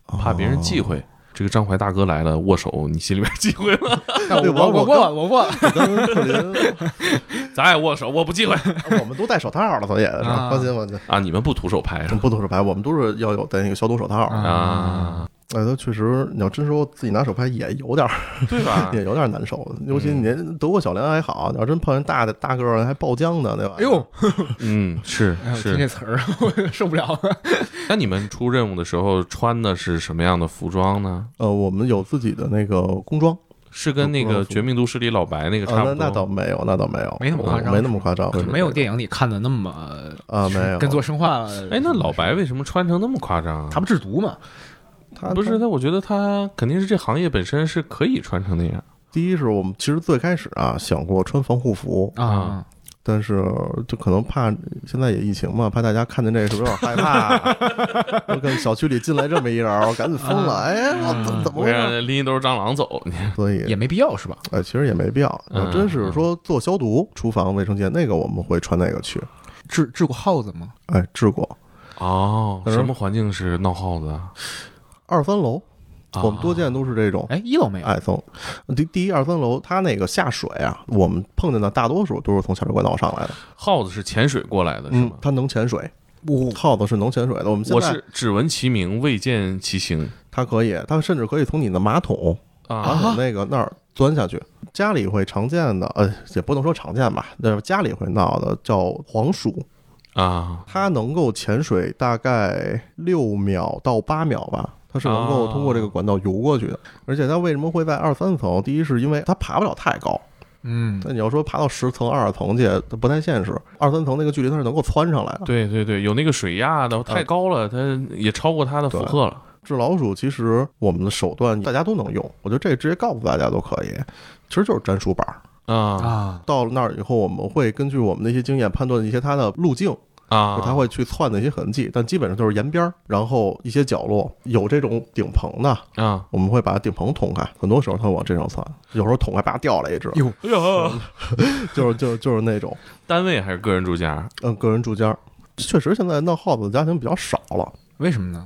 哦
怕别人忌讳。这个张怀大哥来了，握手，你心里边忌讳吗？
但
对
哎我
我
我
我
过哎我过，
我跟克林，
咱也握手，我不忌讳
我们都戴手套了，咱也是
啊
放心放心，
啊！你们不徒手拍是吧？
不都是白，我们都是要有戴那个消毒手套。
啊
啊，
哎，他确实，你要真说自己拿手拍也有点儿，？
对吧
啊
也有点儿难受
嗯
的。尤其您德国小梁还好，你要真碰人大的大个儿还爆浆呢，对吧？
哎呦，
嗯，是
哎呦，听这
是。
词儿我受不了了。
那你们出任务的时候穿的是什么样的服装呢？
呃，我们有自己的那个工装，
是跟那
有工
个
装
《
服
绝命毒师》里老白哦那个
啊
差，
那
不多？
那倒没有，那倒没有，
没那么夸张
嗯没那么夸张，
就没有
对
电影里看的那么
啊没有
跟做生化。
哎，那老白为什么穿成那么夸张啊？
他不制毒嘛？
他
不是
他
他，我觉得他肯定是这行业本身是可以穿成那样
第一是我们其实最开始啊想过穿防护服，
啊，
但是就可能怕现在也疫情嘛，怕大家看见这个是不是有点害怕？ 我跟小区里进来这么一人儿，我赶紧疯
嗯
了，哎，我怎怎么
我
回
让
事？
拎一兜蟑螂走，你
所以
也没必要是吧？
呃，其实也没必要。
嗯
要真是说做消毒、厨房、卫生间那个，我们会穿那个去。
治治过耗子吗？
哎，治过
哦，
嗯
什么环境是闹耗子啊？
二三楼，
啊
我们多见都是这种
哎，一楼没有。
矮层。第第一、二三楼，它那个下水啊，我们碰见的大多数都是从下水管道上来的。
耗子是潜水过来的是
嗯
吗，？
它能潜水，
我
耗子是能潜水的。我们现
我
在
是只闻其名未见其形
它可以，它甚至可以从你的马桶马
啊
桶那个那儿钻下去。家里会常见的，呃，也不能说常见吧，那家里会闹的叫黄鼠，
啊
它能够潜水大概六秒到八秒吧，它是能够
啊
通过这个管道游过去的。而且它为什么会在二三层？第一是因为它爬不了太高，
嗯，
那你要说爬到十层、二十层去，它不太现实。二三层那个距离它是能够窜上来的。
对对对，有那个水压
呃
的太高了，它也超过它的负荷了。
治老鼠其实我们的手段大家都能用，我觉得这个直接告诉大家都可以，其实就是粘鼠板儿。
啊
啊
到了那儿以后，我们会根据我们的一些经验判断一些它的路径，
啊，
就他会去窜那些痕迹，但基本上就是沿边儿，然后一些角落有这种顶棚的，
啊，
我们会把顶棚捅开，很多时候它会往这上窜，有时候捅开啪掉了一只，
哟，
哎呦，
就是就是就是那种，
单位还是个人住家？
嗯，个人住家，确实现在闹耗子的家庭比较少了。
为什么呢？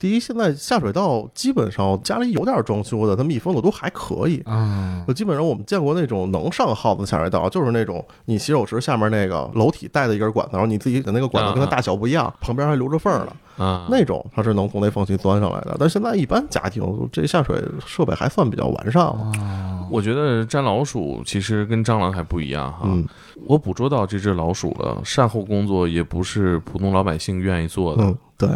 第一，现在下水道基本上家里有点装修的，它密封的都还可以。
啊，
就基本上我们见过那种能上耗子下水道，就是那种你洗手池下面那个楼体带的一根管子，然后你自己的那个管子跟它大小不一样，旁边还留着缝儿呢，
啊，
那种它是能从那缝隙钻上来的。但现在一般家庭这下水设备还算比较完善了。
我觉得粘老鼠其实跟蟑螂还不一样哈。
嗯
我捕捉到这只老鼠了，善后工作也不是普通老百姓愿意做的。
嗯，对，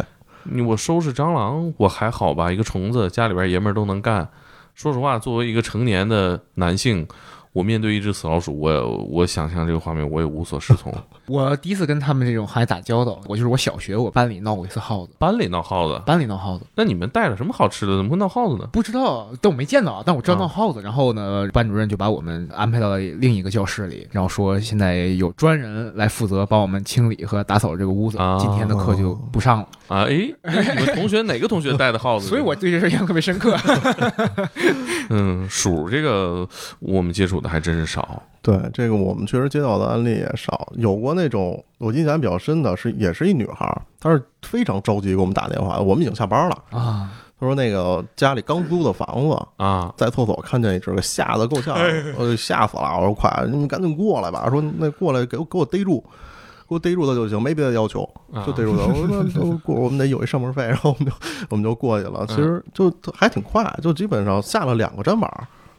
你我收拾蟑螂我还好吧，一个虫子家里边爷们儿都能干。说实话，作为一个成年的男性，我面对一只死老鼠，我我想象这个画面我也无所 适从。
我第一次跟他们这种孩子打交道，我就是我小学我班里闹过一次耗子，
班里闹耗子，
班里闹耗子。
那你们带了什么好吃的？怎么会闹耗子呢？
不知道，但我没见到，但我知道
啊
闹耗子。然后呢，班主任就把我们安排到了另一个教室里，然后说现在有专人来负责帮我们清理和打扫这个屋子，
啊
今天的课就不上了。
啊，诶，那你们同学哪个同学带的耗子？
所以我对这事印象特别深刻。
嗯，鼠这个我们接触的还真是少。
对，这个我们确实接到的案例也少，有过那种我印象比较深的是，也是一女孩儿，她是非常着急给我们打电话，我们已经下班了。
哦
啊，
她说那个家里刚租的房子，
啊
在厕所看见一只，吓得够呛，呃，吓死了！我说快，你们赶紧过来吧！说那过来给我给我逮住，给我逮住它就行，没别的要求，
啊
就逮住它。我说那都过，我们得有一上门费，然后我们就我们就过去了。其实就还挺快，就基本上下了两个毡板，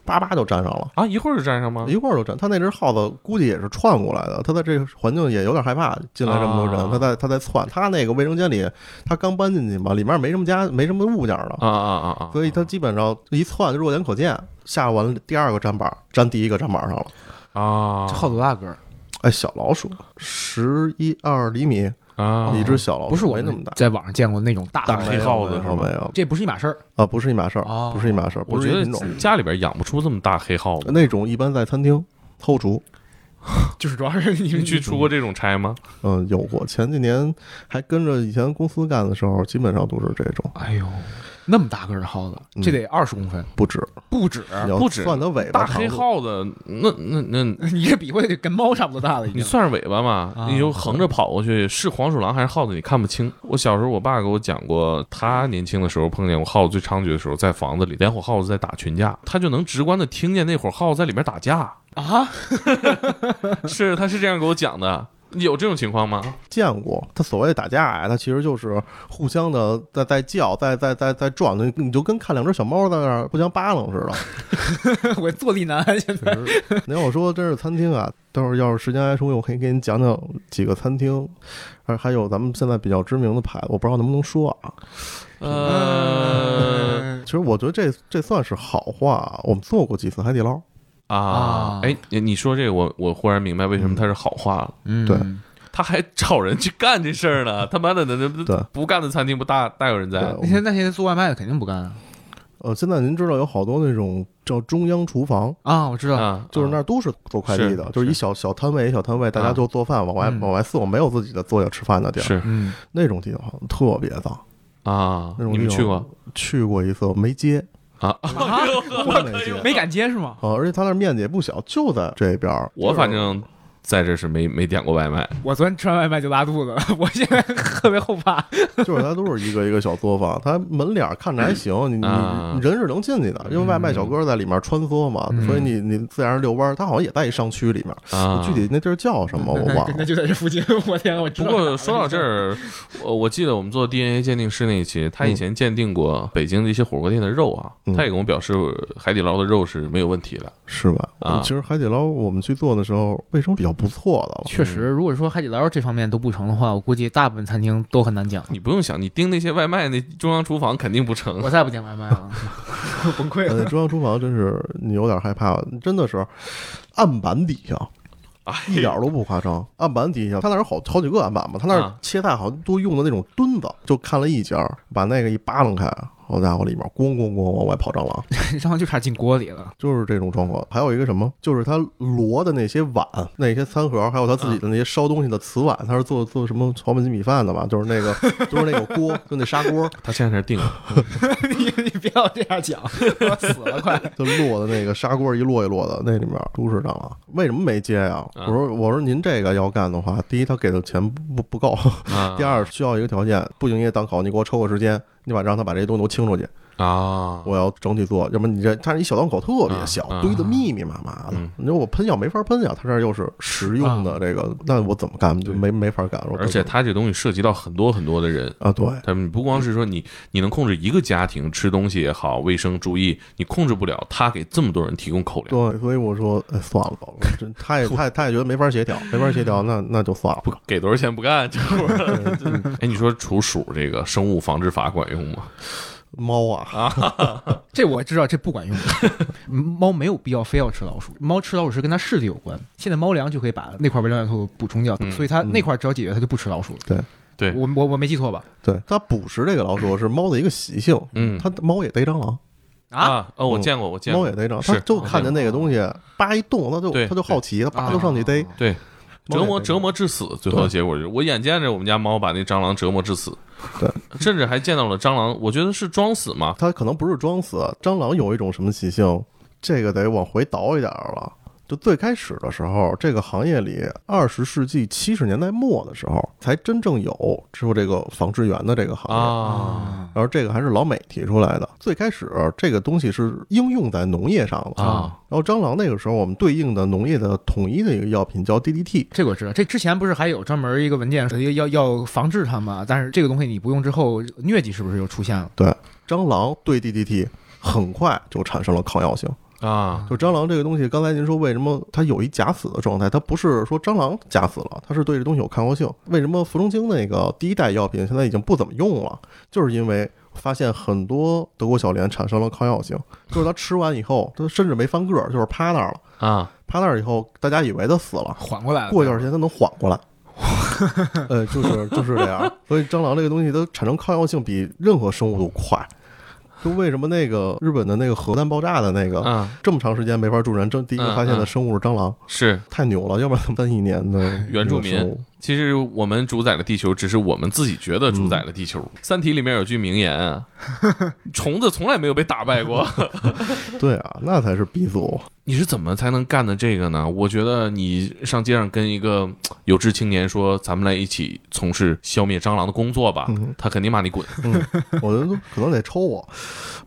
叭叭就粘上了。
啊！一会儿就粘上吗？
一块儿就粘。他那只耗子估计也是窜过来的，他在这个环境也有点害怕，进来这么多人，
啊
他在他在窜。他那个卫生间里，他刚搬进去嘛，里面没什么家没什么物件了，
啊啊啊啊！
所以他基本上一窜就肉眼可见。下完了第二个砧板，粘第一个砧板上了。
啊，
这耗子多大个儿？
哎，小老鼠，十一二厘米，
啊，
一只小老鼠，
不是我
没那么大，
在网上见过那种大
大
的
黑耗子是
没
吗
有没有
这不是一码事儿。
啊，不是一码事
哦
儿，不是一码事儿，
我
不
觉
是一
得
品种。嗯
家里边养不出这么大黑耗子。
那种一般在餐厅后厨，
就是主要是你
你
们
去出过这种差吗？
嗯，有过。前几年还跟着以前公司干的时候，基本上都是这种，
哎呦，那么大个儿的耗子，
嗯
这得二十公分，
不止。
不止。
你要
啊不止
算它尾巴
大
长
黑
度，哎
耗子，那那那，
你这比划得跟猫差不多大了，已
你
经。
算是尾巴嘛？
啊
你就横着跑过去，是黄鼠狼还是耗子，你看不清。我小时候，我爸给我讲过，他年轻的时候碰见过耗子最猖獗的时候，在房子里，两伙耗子在打群架，他就能直观的听见那伙耗子在里面打架。
啊，
是，他是这样给我讲的。有这种情况吗？
见过。它所谓的打架呀，它其实就是互相的在在叫，在在在在撞，你你就跟看两只小猫在那儿互相扒拉 似的。
我坐立难安，现在
你要我说真是餐厅啊，待会儿要是时间还充裕，我可以给你讲讲几个餐厅，还还有咱们现在比较知名的牌子，我不知道能不能说啊。
呃
其实我觉得这这算是好话，啊我们做过几次海底捞，
啊
啊，
哎，你你说这个，我我忽然明白为什么他是好话了。
嗯
对
他还找人去干这事儿呢，他妈的，那
对
那不干的餐厅不大大有人在啊
对，
那些那些做外卖的肯定不干啊！
呃，现在您知道有好多那种叫中央厨房，
啊，我知道，
啊，
就是那儿都是做快递的，
是啊
就是一小小摊位一小摊位，大家就做饭往外、
嗯
往外送，没有自己的坐下吃饭的地儿。
是
嗯，
那种地方特别脏，
啊，
那种
你们
地方
去过
去过一次没接
啊？
哦
我没接
没敢接是吗？
啊，而且他那儿面积也不小，就在这边儿。
我反正在这是没没点过外卖，
我昨天吃完外卖就拉肚子了，我现在特别后怕。
就是它都是一个一个小作坊，它门脸儿看着还行，你你
啊
你人是能进去的，因为外卖小哥在里面穿梭嘛，
嗯
所以你你自然而遛弯儿。它好像也在一商区里面，
啊
具体那地儿叫什么我忘了。
就在这附近，我天，我知
不过说到这，儿，我我记得我们做 DNA 鉴定师那一期，他以前鉴定过北京的一些火锅店的肉啊，
嗯
他也跟我表示海底捞的肉是没有问题的。
是吧？
啊
其实海底捞我们去做的时候，卫生比较不错的了。
确实，如果说海底捞这方面都不成的话，我估计大部分餐厅都很难讲。
你不用想，你订那些外卖，那中央厨房肯定不成
我再不点外卖了，我 崩溃
呃，
了。
中央厨房真是你有点害怕，真的是案板底 下
啊！
一点儿都不夸张，案板底下他那儿有好好几个案板嘛，他那儿
啊
切菜好像都用的那种墩子，就看了一家，把那个一扒拉开，好家伙，里面咣咣咣往外跑蟑螂，
蟑螂就差进锅里了。
就是这种状况。还有一个什么，就是他摞的那些碗、那些餐盒，还有他自己的那些烧东西的瓷碗，他是做做什么炒焖鸡米饭的吧？就是那个， 就是那个锅，就那砂锅，
他现在是定了，
你你不要这样讲，我死了快！
就落的那个砂锅一摞一摞的，那里面都是蟑螂。为什么没接呀、
啊
我说我说您这个要干的话，第一他给的钱不不不够，
啊
第二需要一个条件，不营业档口，你给我抽个时间，你把让他把这些东西都清出去，
啊，
我要整体做，要不然你这它是一小档口特别小
啊，啊
堆的密密麻麻的
嗯，
你说我喷药没法喷呀，它这儿又是实用的这个，那我怎么干就没没法干，我
而且他这东西涉及到很多很多的人。
啊对。
他们不光是说你，你能控制一个家庭吃东西也好，卫生注意，你控制不了他给这么多人提供口粮，
对，所以我说，哎，算了吧，我真他也他也他也觉得没法协调，没法协调，那那就算了吧。
给多少嗯钱不干 这活儿。 哎，你说除鼠这个生物防治法管用吗？
猫啊，
这我知道，这不管用。 猫没有必要非要吃老鼠，猫吃老鼠是跟它视力有关。现在猫粮就可以把那块微量元素补充掉，所以它那块只要解决，它就不吃老鼠了。
对
嗯对
我我我没记错吧？
对，它捕食这个老鼠是猫的一个习性，
嗯
它猫也逮蟑螂，
啊，哦，我
嗯
见过，我见过
猫也，逮蟑螂，
是哦
它就看见那个东西叭一动，它就
对
它就好奇，它
啊
叭就上去逮。
对，
猫
折
也
磨
逮
折磨致死，最后的结果就是我眼见着我们家猫把那蟑螂折磨致死，
对，
甚至还见到了蟑螂，我觉得是装死嘛，
它可能不是装死，蟑螂有一种什么习性，这个得往回倒一点儿了。就最开始的时候，这个行业里，二十世纪七十年代末的时候，才真正有说这个纺织员的这个行业。
啊
然后这个还是老美提出来的。最开始这个东西是应用在农业上的
啊。
然后蟑螂那个时候，我们对应的农业的统一的一个药品叫 DDT，
这个我知道，这之前不是还有专门一个文件说要要防治它吗？但是这个东西你不用之后，疟疾是不是又出现了？
对，蟑螂对 DDT 很快就产生了抗药性。
啊，
就蟑螂这个东西，刚才您说为什么它有一假死的状态？它不是说蟑螂假死了，它是对这东西有抗药性。为什么氟龙精那个第一代药品现在已经不怎么用了？就是因为发现很多德国小蠊产生了抗药性，就是它吃完以后，它甚至没翻个儿，就是趴那儿了。
啊，
趴那儿以后，大家以为它死了，
缓过来 了，
过一段时间它能缓 过来。呃，就是就是这样，所以蟑螂这个东西它产生抗药性比任何生物都快。就为什么那个日本的那个核弹爆炸的那个，
嗯
这么长时间没法助燃，这第一
嗯
个发现
嗯
的生物是蟑螂，
是
太牛了，要不然三一年的
原住
生
民
物。
其实我们主宰了地球，只是我们自己觉得主
嗯
宰了地球。三体》里面有句名言 啊，虫子从来没有被打败过。
对啊，那才是鼻祖。
你是怎么才能干的这个呢？我觉得你上街上跟一个呃有志青年说，咱们来一起从事消灭蟑螂的工作吧，
嗯
他肯定骂你滚。
我觉得都可能得抽我。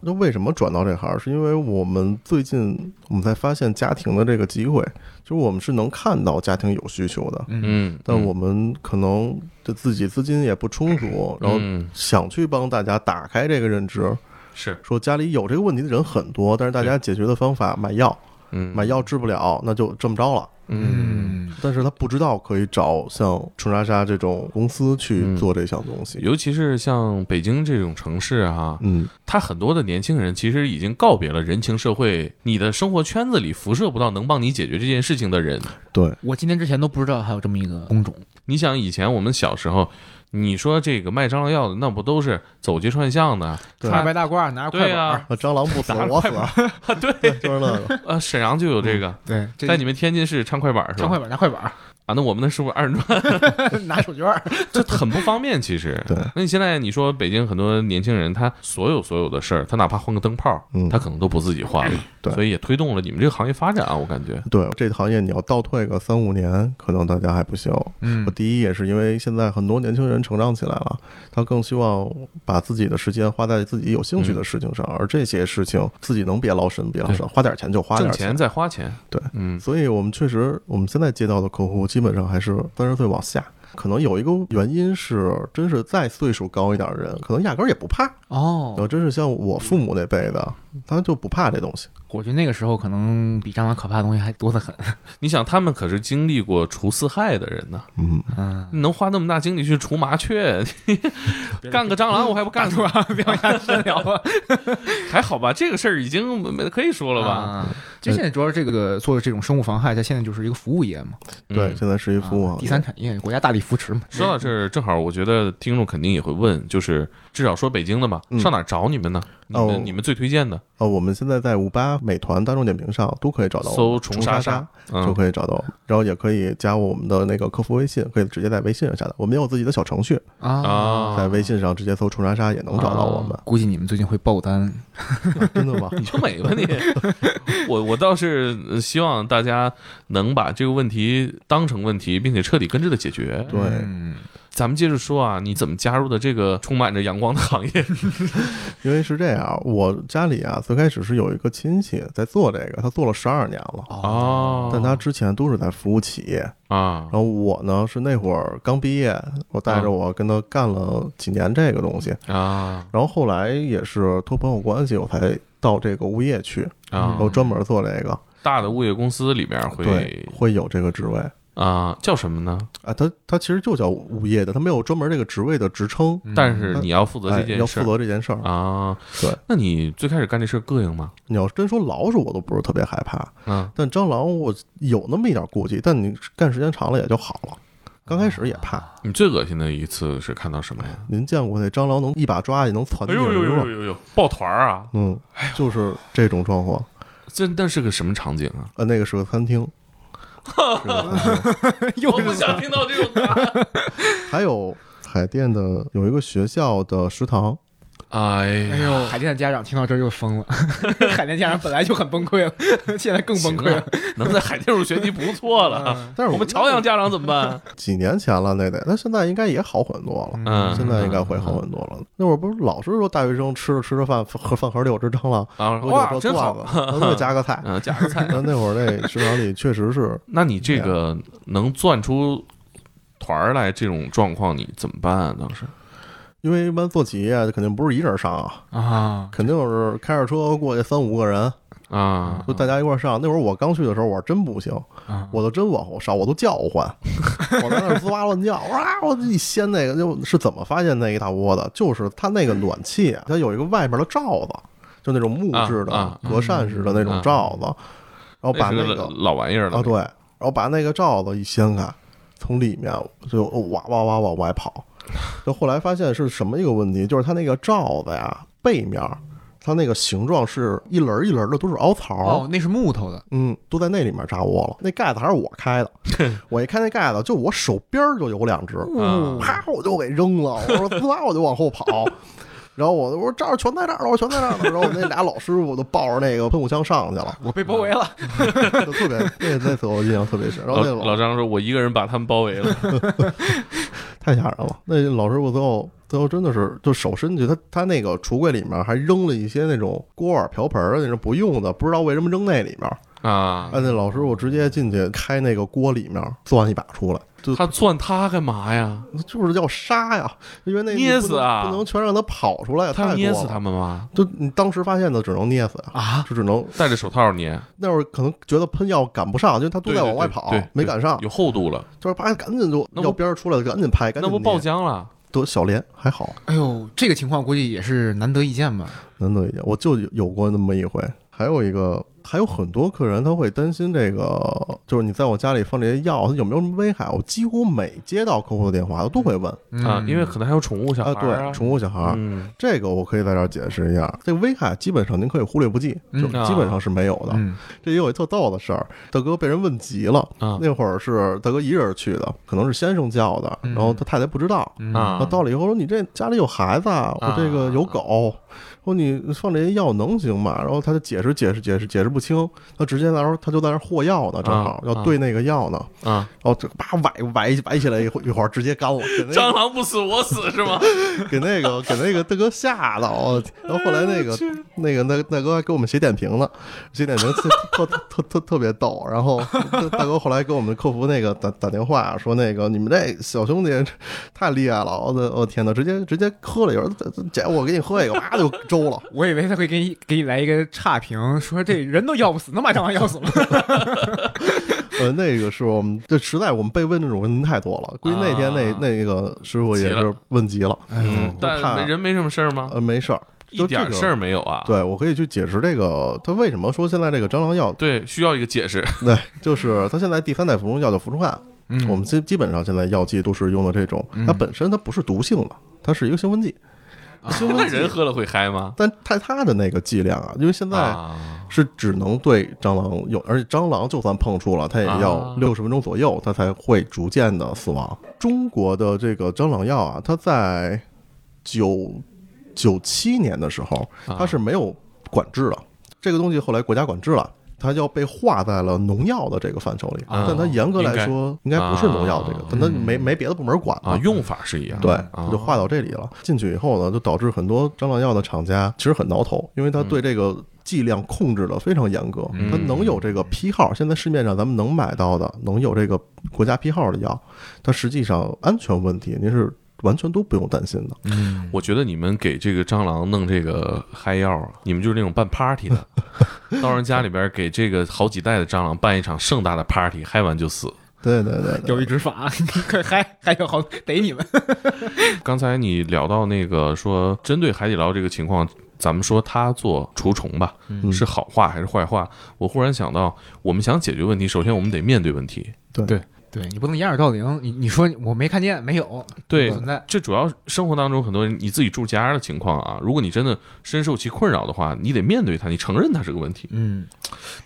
那为什么转到这行？是因为我们最近我们才发现家庭的这个机会，就是我们是能看到家庭有需求的，
嗯，
但我们可能就自己资金也不充足，然后
嗯
想去帮大家打开这个认知，
是
说家里有这个问题的人很多，但是大家解决的方法买药，
嗯
买药治不了，那就这么着了。
嗯，
但是他不知道可以找像纯莎莎这种公司
嗯
去做这项东西。
尤其是像北京这种城市哈、
嗯，
他很多的年轻人其实已经告别了人情社会，你的生活圈子里辐射不到能帮你解决这件事情的人。
对，
我今天之前都不知道还有这么一个工种。
你想以前我们小时候，你说这个卖蟑螂药的，那不都是走街串巷的？
对
穿着白大褂，拿着啊快
对
板儿
啊，
那蟑螂 不死，我死，
啊 对，
就是那个。
呃，沈阳就有
嗯
这个，
对，这
在你们天津市唱快板是
拿
吧
快？板儿，拿 快板
啊，那我们那是不是二人转？
儿，拿手绢儿，
这很不方便，其实。
对
那你现在你说北京很多年轻人，他所有所有的事儿，他哪怕换个灯泡，
嗯
他可能都不自己换了，
对
所以也推动了你们这个行业发展啊，我感觉。
对这行业，你要倒退个三五年，可能大家还不行。
嗯
我第一也是因为现在很多年轻人成长起来了，他更希望把自己的时间花在自己有兴
嗯
趣的事情上，而这些事情自己能别劳神别劳神，花点钱就花
挣
点
钱再花钱，
对，
嗯
所以我们确实，我们现在接到的客户基本上还是三十岁往下。可能有一个原因是，真是再岁数高一点的人，可能压根儿也不怕。然
哦，
后真是像我父母那辈的，他就不怕这东西。
我觉得那个时候可能比蟑螂可怕的东西还多得很。
你想他们可是经历过除四害的人呢，
嗯，
嗯，
你能花那么大精力去除麻雀， 干个蟑螂我还 不干出来，
不要下深聊吧，
还好吧？这个事儿已经没可以说了吧？
啊？就现在主要是这个做这种生物防害，它现在就是一个服务业嘛，
嗯
对，现在是一服务
啊
行
第
业
三产业，国家大力扶持嘛。
说到这儿，正好我觉得听众肯定也会问，就是至少说北京的吧，了，
嗯
上哪儿找你们呢？你们、
哦
你们最推荐的
呃，我们现在在五八美团大众点评上都可以找到我们，
搜
重
沙
哦沙就
嗯，
可以找到我们，然后也可以加我们的那个客服微信，可以直接在微信上下载。我们也有自己的小程序，
啊
嗯在 微信上直接搜“重沙沙”也能找到我们。
估计你们最近会爆单，
啊真的吗？
你就美吧 你！我我倒是呃希望大家能把这个问题当成问题，并且彻底根治的解决。
对，
嗯，
咱们接着说啊，你怎么加入的这个充满着阳光的行业？
因为是这样，我家里啊最开始是有一个亲戚在做这个，他做了十二年了，
哦
但他之前都是在服务企业。
啊
然，后我呢是那会儿刚毕业，我带着我跟他干了几年这个东西，
啊
然后后来也是托朋友关系，我才到这个物业去，然
啊
后！专门做这个，
大的物业公司里面
对
会，
会有这个职位。
啊，叫什么呢？
啊，他他其实就叫物业的，他没有专门这个职位的职称，
但是你要负责
哎
这件
要
事
负
儿
责这件事儿。
啊。
对，
那你最开始干这事儿膈应吗？
你要真说老鼠，我都不是特别害怕，
啊
但蟑螂我有那么一点顾忌，但你干时间长了也就好了。刚开始也 怕，
你最恶心的一次是看到什么呀？
您见过那蟑螂能一把抓也能窜地
哎呦
上
呦呦
吗？
呦呦，抱团儿啊！
嗯，就是这种状况。
这那是个什么场景啊？
呃，那个是个 餐厅，是个餐厅
我不想听到这种答案。
还有海淀的有一个学校的食堂，
哎
哎
呀，
呦，海淀的家长听到这儿就疯了，海淀家长本来就很崩溃了，现在更崩
行
溃了嗯
啊。能在海淀入学就不错了。
但是
我们朝阳家长怎么办？
几年前了那得，但现在应该也好很多了。
嗯，
现在应该会好很多了。那会儿不是老是说大学生吃着吃着饭，喝饭盒里有只蟑螂，
啊，
我
哇，
有
真
个
好
段
啊！
子，能给加个菜。
嗯， 加个菜。
那那会儿那食堂里确实是，
那你这个能攥出团儿来这种状况，你怎么办啊？当时
因为一般做企业肯定不是一人上啊，
啊，
肯定是开着车过去三五个人，
啊，
就大家一块儿上。那会儿我刚去的时候，我真不行，
啊
我都真往后烧，我都叫唤， 我在那儿滋哇乱叫，哇！我一掀那个，就是怎么发现那一大窝的？就是它那个暖气啊，它有一个外面的罩子，就那种木质的、
啊
隔扇式的那种罩子，然后把
那
那
是
个
老老玩意儿了
啊对，然后把那个罩子一掀开，从里面就哇哇哇往外跑。就后来发现是什么一个问题，就是它那个罩子呀背面儿，它那个形状是一轮儿一轮儿的，都是凹槽儿。
哦，那是木头的，
嗯，都在那里面扎窝了。那盖子还是我开的，我一开那盖子，就我手边儿就有两只，
啊
啪我就给扔了，我说滋啦我就往后跑。然后我我说这儿全在这儿了，我全在这儿了。然后我们那俩老师傅都抱着那个喷火枪上去了，
我被包围了。
就特别那那次我印象特别深。然后
老
那老
老张说：“我一个人把他们包围 了。
太吓人了，那老师傅最后最后真的是就手伸进去，他他那个橱柜里面还扔了一些那种锅碗瓢盆儿那种不用的，不知道为什么扔那里面。”
啊，
哎，那老师傅直接进去开那个锅里面钻一把出来，就
他攥他干嘛呀？
就是要杀呀，因为那
捏
你不
死
能
啊
不能全让它跑出来呀，
他要
太
捏
多
死
了
他。们吗？
就你当时发现的只能捏死啊，就只能
戴着手套捏，
那会儿可能觉得喷药赶不上，因为他都
对
在
对
往外
对
跑
对，
没赶上，
有厚度了，
就是啪赶紧就
那不
要边儿出来了，赶紧拍，赶
那
紧
不爆
捏
浆了？
都小连还好，
哎呦，这个情况估计也是难得一见吧？
难得一见，我就有有过那么一回。还有一个，还有很多客人他会担心这个，就是你在我家里放这些药，它有没有什么危害？我几乎每接到客户的电话，我都会问
啊，
啊
嗯
因为可能还有宠物小孩儿啊
对，宠物小孩儿，
嗯
这个我可以在这儿解释一下，这个危害基本上您可以忽略不计，就
嗯
啊
基本上是没有的。
嗯
这也有一特逗的事儿，大哥被人问急了，
啊
那会儿是大哥一人去的，可能是先生叫的，然后他太太不知道。
嗯
嗯
啊
那到了以后说你这家里有孩子啊，我这个有狗，说你放这些药能行吗？然后他就解释解释解释解释不清，他直接在那儿他就在那儿和药呢，正好
啊
要兑那个药呢，
啊！
然后就啪崴崴崴起来一会一会儿直接干了，给那个
蟑螂不死我死是吗？
给那个给那个大哥吓到，我天然后后来
哎
那个那个那大哥还给我们写点评呢，写点评特特特特特特别逗。然后大哥后来给我们客服那个打打电话说那个你们这小兄弟太厉害了，我的我天呐，直接直接喝了一会儿，姐我给你喝一个，哇就粥了。
我以为他会给你给你来一个差评，说这人都要不死，能把蟑螂要死 吗？
呃，那个是我们这实在我们被问这种问题太多了，估计那天那
啊
那个师傅也
急
是
了
问急了，
哎
嗯，
我
但
怕
没人没什么事儿吗？
呃没事儿，
一
就
点
这
儿
个
事儿没有啊？
对我可以去解释这个他为什么说现在这个蟑螂药
对，需要一个解释。
对，就是它现在第三代服用药叫氟虫胺，
嗯
我们基基本上现在药剂都是用的这种，它本身它不是毒性的，它是一个兴奋剂。兴
那
奋 剂
人喝了会嗨吗？
但它它的那个剂量啊，因为现在
啊，
是只能对蟑螂有，而且蟑螂就算碰触了，它也要
啊
六十分钟左右，它才会逐渐的死亡。中国的这个蟑螂药啊，它在九九七年的时候，
啊
它是没有管制的，这个东西后来国家管制了。它要被划在了农药的这个范畴里，
啊
但它严格来说应该不是农药这个
啊，
但它没没别的部门管嘛
啊，用法是一样
对
的，，啊
就划到这里了。进去以后呢，就导致很多蟑螂药的厂家其实很挠头，因为他对这个剂量控制的非常严格，
嗯
他能有这个批号。现在市面上咱们能买到的，能有这个国家批号的药，它实际上安全问题您是完全都不用担心的。
我觉得你们给这个蟑螂弄这个嗨药啊，你们就是那种办 party 的，到人家里边给这个好几代的蟑螂办一场盛大的 party，嗨完就死。
对对对对
有一执法，快嗨， 还有好逮你们。
刚才你聊到那个说，针对海底捞这个情况，咱们说它做除虫吧，
嗯
是好话还是坏话？我忽然想到，我们想解决问题，首先我们得面对问题。
对
对对你不能掩耳盗铃，你你说我没看见，没有
对
不，存在。
这主要生活当中很多人你自己住家的情况啊，如果你真的深受其困扰的话，你得面对它，你承认它是个问题。
嗯，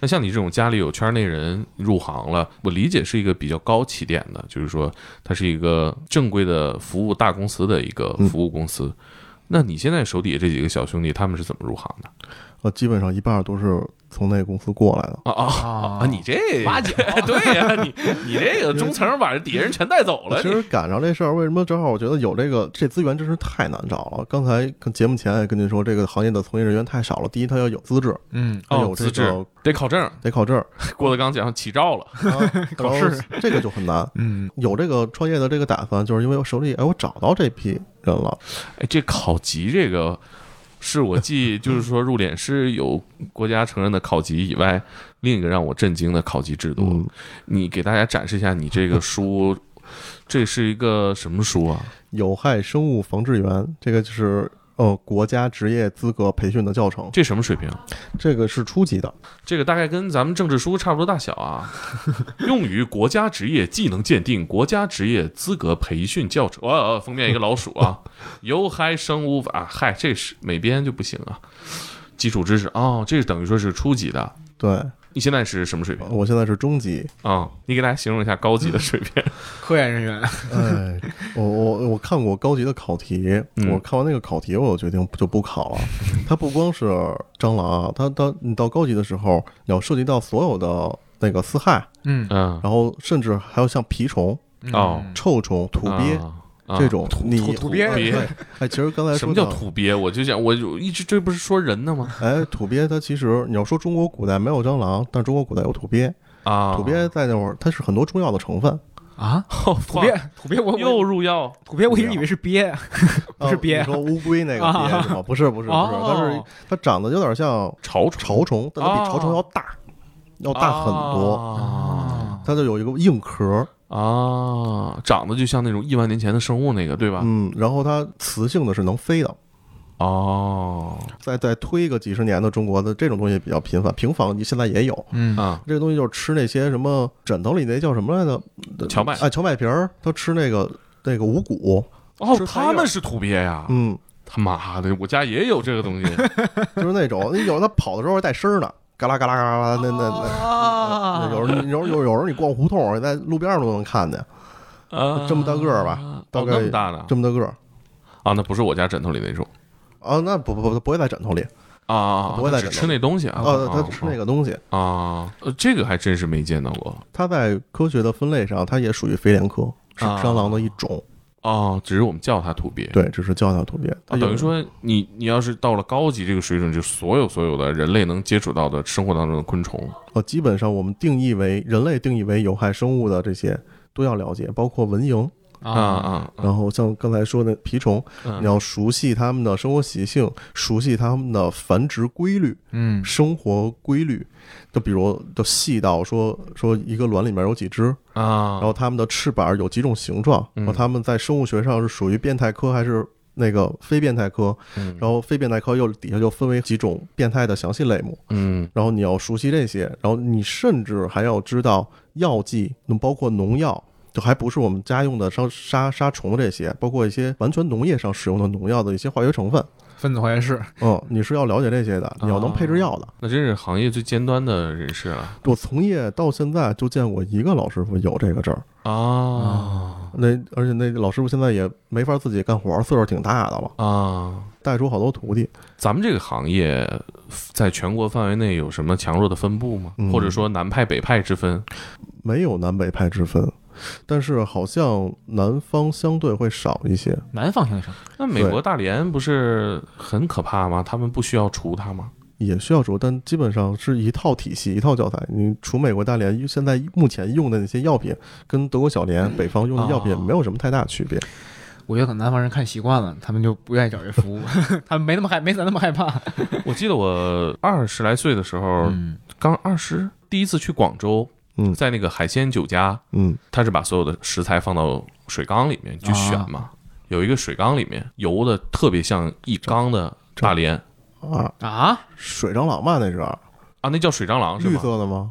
那像你这种家里有圈内人入行了，我理解是一个比较高起点的，就是说它是一个正规的服务大公司的一个服务公司。那你现在手底下这几个小兄弟，他们是怎么入行的？
呃，基本上一半都是从那个公司过来的。
啊啊
哦
啊！你这
挖角
对呀、你你这个中层把这底下人全带走了，
其
你
实赶上这事儿，为什么正好我觉得有这个这资源真是太难找了？刚才跟节目前也跟您说，这个行业的从业人员太少了。第一，它要有资质，
嗯，
它
哦
有这
资质
个
得考证。
得考证，
郭德纲讲起照了，
啊，
考
然后
试
这个就 很难。
嗯，
有这个创业的这个打算，就是因为我手里哎，我找到这批人了，
哎，这考级这个是我记，就是说入殓师有国家承认的考级以外，另一个让我震惊的考级制度。
嗯
你给大家展示一下你这个书， 这是一个什么书啊？
有害生物防治员，这个就是呃国家职业资格培训的教程，
这什么水平？
这个是初级的，
这个大概跟咱们政治书差不多大小啊， 用于国家职业技能鉴定、国家职业资格培训教程。哦，哦封面一个老鼠啊，有害生物法，嗨，这是美编就不行啊。基础知识哦，这等于说是初级的。
对
你现在是什么水平啊、
我现在是中级，
你给大家形容一下高级的水平。
科研人员，
哎，我我我看过高级的考题，
嗯
我看完那个考题，我就决定就不考了。它不光是蟑螂啊，它它你到高级的时候，你要涉及到所有的那个四害，
嗯，
嗯，
然后甚至还有像蜱虫、
哦
臭虫、土鳖。
啊啊
这种你
土土鳖
哎
土鳖
对哎，其实刚才
什
说
么叫
到，
土鳖？我就想，我就一直这不是说人呢吗？
哎，土鳖它其实你要说中国古代没有蟑螂，但中国古代有土鳖。
啊，
土鳖在那会儿它是很多中药的成分，
啊，土鳖，土鳖我
又
我
入药
土鳖，我一直以为是鳖，不是鳖啊
啊你说乌龟那个鳖是吗？不是不是不是，它是
哦
它长得有点像
潮虫
潮虫，但
哦
它比潮虫要大，要大很多。
啊
它就有一个硬壳，
啊，长得就像那种亿万年前的生物那个，对吧？
嗯，然后它雌性的是能飞的。
哦，
再再推个几十年的中国的这种东西比较频繁，平房现在也有。
嗯
啊，
这个东西就是吃那些什么枕头里那叫什么来着？
荞麦
啊，荞麦皮儿，它吃那个那个五谷，
哦
吃，菜叶
他们是土鳖呀！
嗯，
他妈的，我家也有这个东西
就是那种，有的跑的时候还带声儿呢，嘎啦嘎啦嘎啦，那那
哦
那。那
啊
有时候有时候有时候你逛胡同，在路边上都能看见，
啊，
这么大个儿吧
哦
大概
那么大呢？
这么大个儿
啊，那不是我家枕头里那种
啊，那不不不不会在枕头里，
啊啊，啊
不会
它
在
只
枕头
吃那东西啊，
呃，它吃那
个
个东西，
啊，呃，这个还真是没见到过
它在科学的分类上，它也属于非帘科，是
啊
蟑螂的一种，
哦，只是我们叫它土鳖。
对，只是叫它土鳖。它
啊，
有
等于说你你要是到了高级这个水准，就所有所有的人类能接触到的生活当中的昆虫，
呃，基本上我们定义为人类定义为有害生物的这些都要了解，包括蚊蝇，
啊啊，
然后像刚才说的蜱虫，
嗯
你要熟悉它们的生活习性，熟悉它们的繁殖规律、
嗯
生活规律。就比如，就细到说说一个卵里面有几只，
啊
然，后它们的翅膀有几种形状，
嗯
然后它们在生物学上是属于变态科还是那个非变态科？
嗯
然后非变态科又底下又分为几种变态的详细类目。
嗯
然后你要熟悉这些，然后你甚至还要知道药剂，能包括农药，就还不是我们家用的杀杀杀虫的这些，包括一些完全农业上使用的农药的一些化学成分。
分子化学式，
嗯，你是要了解这些的，你要能配置药的。
那真是行业最尖端的人士了
我从业到现在就见过一个老师傅有这个证儿，
啊
那而且那老师傅现在也没法自己干活，岁数挺大的了，
啊！
带出好多徒弟。
咱们这个行业在全国范围内有什么强弱的分布吗？
嗯
或者说南派北派之分？
没有南北派之分，但是好像南方相对会少一些。
南方向上，
那美
对
国大连不是很可怕吗？他们不需要除它吗？
也需要除，但基本上是一套体系、一套教材。你除美国大连现在目前用的那些药品，跟德国小连北方用的药品
哦
没有什么太大区别。
我觉得可能南方人看习惯了，他们就不愿意找 这服务， 他们没那么害，没咱那么害怕。
我记得我二十来岁的时候，
嗯，
刚二十，第一次去广州，
嗯
在那个海鲜酒家，
嗯
他是把所有的食材放到水缸里面去选嘛。有一个水缸里面游的特别像一缸的大连
啊，
啊，
水蟑螂吧那是
啊，那叫水蟑螂是
绿
吗？
色的吗？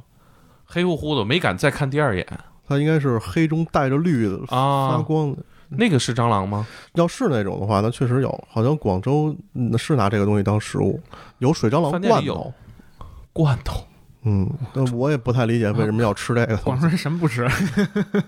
黑乎乎的，没敢再看第二眼
它应该是黑中带着绿的发
啊。
光的。
那个是蟑螂吗？
要是那种的话，那确实有，好像广州嗯是拿这个东西当食物，有水蟑螂
饭店
罐
里有
头。
罐头。
嗯，那我也不太理解为什么要吃这个东
广
西。
州人什么不吃？
嗯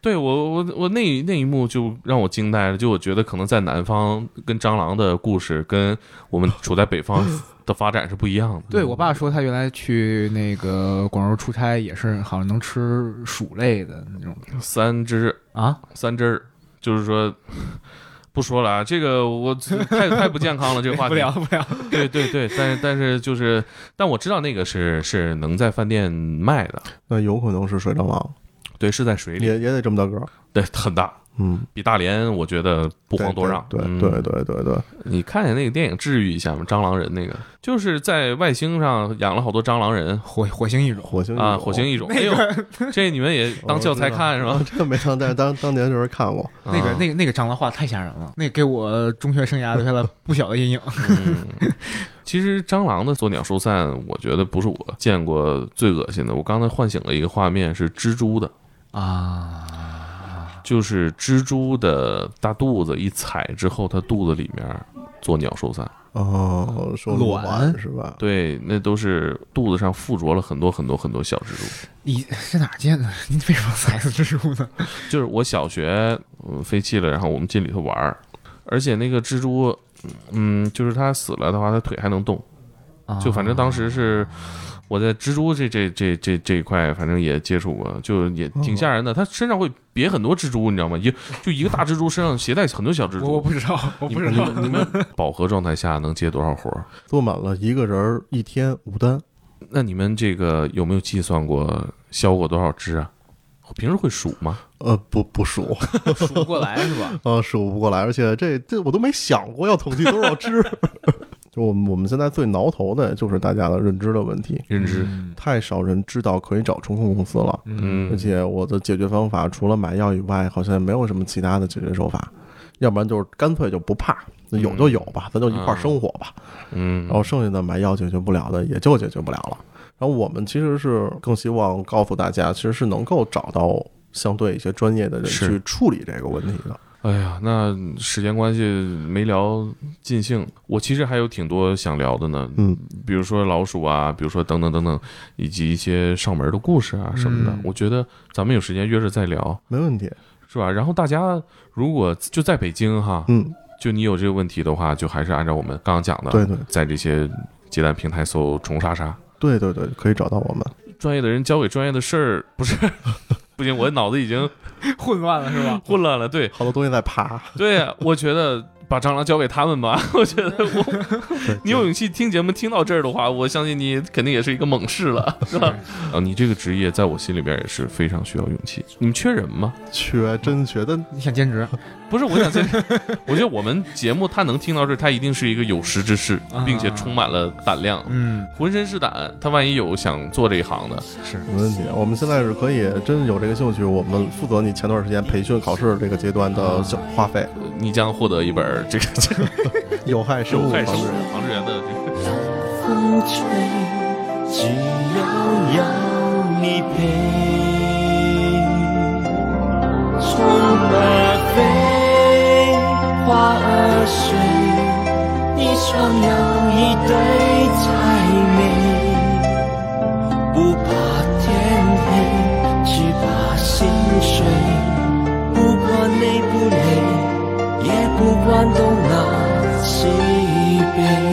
对我我我那那一幕就让我惊呆了，就我觉得可能在南方跟蟑螂的故事跟我们处在北方的发展是不一样的。
对我爸说，他原来去那个广州出差，也是好像能吃鼠类的那种
三只
啊。
三只儿，就是说不说了啊，这个我太太不健康了，这个话
不
题。
聊不聊，
对对对，但是但是就是，但我知道那个是是能在饭店卖的，
那有可能是水蟑螂，
对，是在水里，
也也得这么大个儿。
对，很大，
嗯，
比大连我觉得不遑多让。
对
嗯
对对对对对。
你看见那个电影治愈一下吗？蟑螂人那个，就是在外星上养了好多蟑螂人
火火星一种。
火星
啊，
有
火星异种。哎呦，这你们也当教材看是
啊
吧？
这没当，但是当当年就是看过，
那个、
啊
那个、那个蟑螂画太吓人了，那给我中学生涯留下了不小的阴 影。
嗯，其实蟑螂的作鸟兽散，我觉得不是我见过最恶心的。我刚才唤醒了一个画面，是蜘蛛的啊，就是蜘蛛的大肚子一踩之后，它肚子里面作鸟兽散。
哦，说
卵
卵是吧？
对，那都是肚子上附着了很多很多很多小蜘蛛。
你是哪儿见的？你为什么踩死蜘蛛呢？
就是我小学嗯废弃了，然后我们进里头玩儿，而且那个蜘蛛，嗯，就是它死了的话，它腿还能动。
啊
就反正当时是我在蜘蛛这这这这这一块，反正也接触过，就也
嗯
挺吓人的。它身上会别很多蜘蛛，你知道吗？一就一个大蜘蛛身上携带很多小蜘
我我
蛛。
不知道，我
你
不
们
知
你
道。
们你 们 饱和状态下能接多少活儿？
做满了一个人儿一天五单，
那你们这个有没有计算过消过多少只啊？平时会数吗？
呃，不不数，
数不过来是吧？
呃，数不过来，而且这这我都没想过要统计多少只。 就我们我们现在最挠头的就是大家的认知的问题，
认知？
嗯
太少人知道可以找虫控公司了。而
嗯，
且我的解决方法除了买药以外，好像也没有什么其他的解决手法，要不然就是干脆就不怕，那有就有吧，咱就一块儿生活吧。
嗯，
哦
然后剩下的买药解决不了的，也就解决不了了。然后我们其实是更希望告诉大家，其实是能够找到相对一些专业的人
是
去处理这个问题的。
哎呀，那时间关系没聊尽兴，我其实还有挺多想聊的呢。
嗯，
比如说老鼠啊，比如说等等等等，以及一些上门的故事啊什么的。
嗯
我觉得咱们有时间约着再聊，
没问题。
是吧？然后大家如果就在北京哈，
嗯，
就你有这个问题的话，就还是按照我们刚刚讲的，
对对
在这些接单平台搜“虫莎莎
对对对，可以找到我们。”，
专业的人交给专业的事儿，不是。 不行，我脑子已经
混乱了是吧？
混乱了。对
好多东西在爬。
对呀，我觉得把蟑螂交给他们吧。 我觉得我
对
你有勇气听节目听到这儿的话，我相信你肯定也是一个猛士了，是吧？啊，你这个职业在我心里边也是非常需要勇气。你们缺人吗？
缺真缺，但
你想兼职
不是，我想先，我觉得我们节目他能听到这儿，他一定是一个有识之士，并且充满了胆量，
嗯，
浑身是胆。他万一有想做这一行的，
没问题。我们现在是可以真有这个兴趣，我们负责你前段时间培训考试这个阶段的小花费。
呃你将获得一本这个这个
有害生
有
物
害
防
生物
治。
防治员的这个。
风吹，只要有你陪。
上有一堆彩梅，不怕天黑，只怕心碎。不管累不累，也不管东南西北。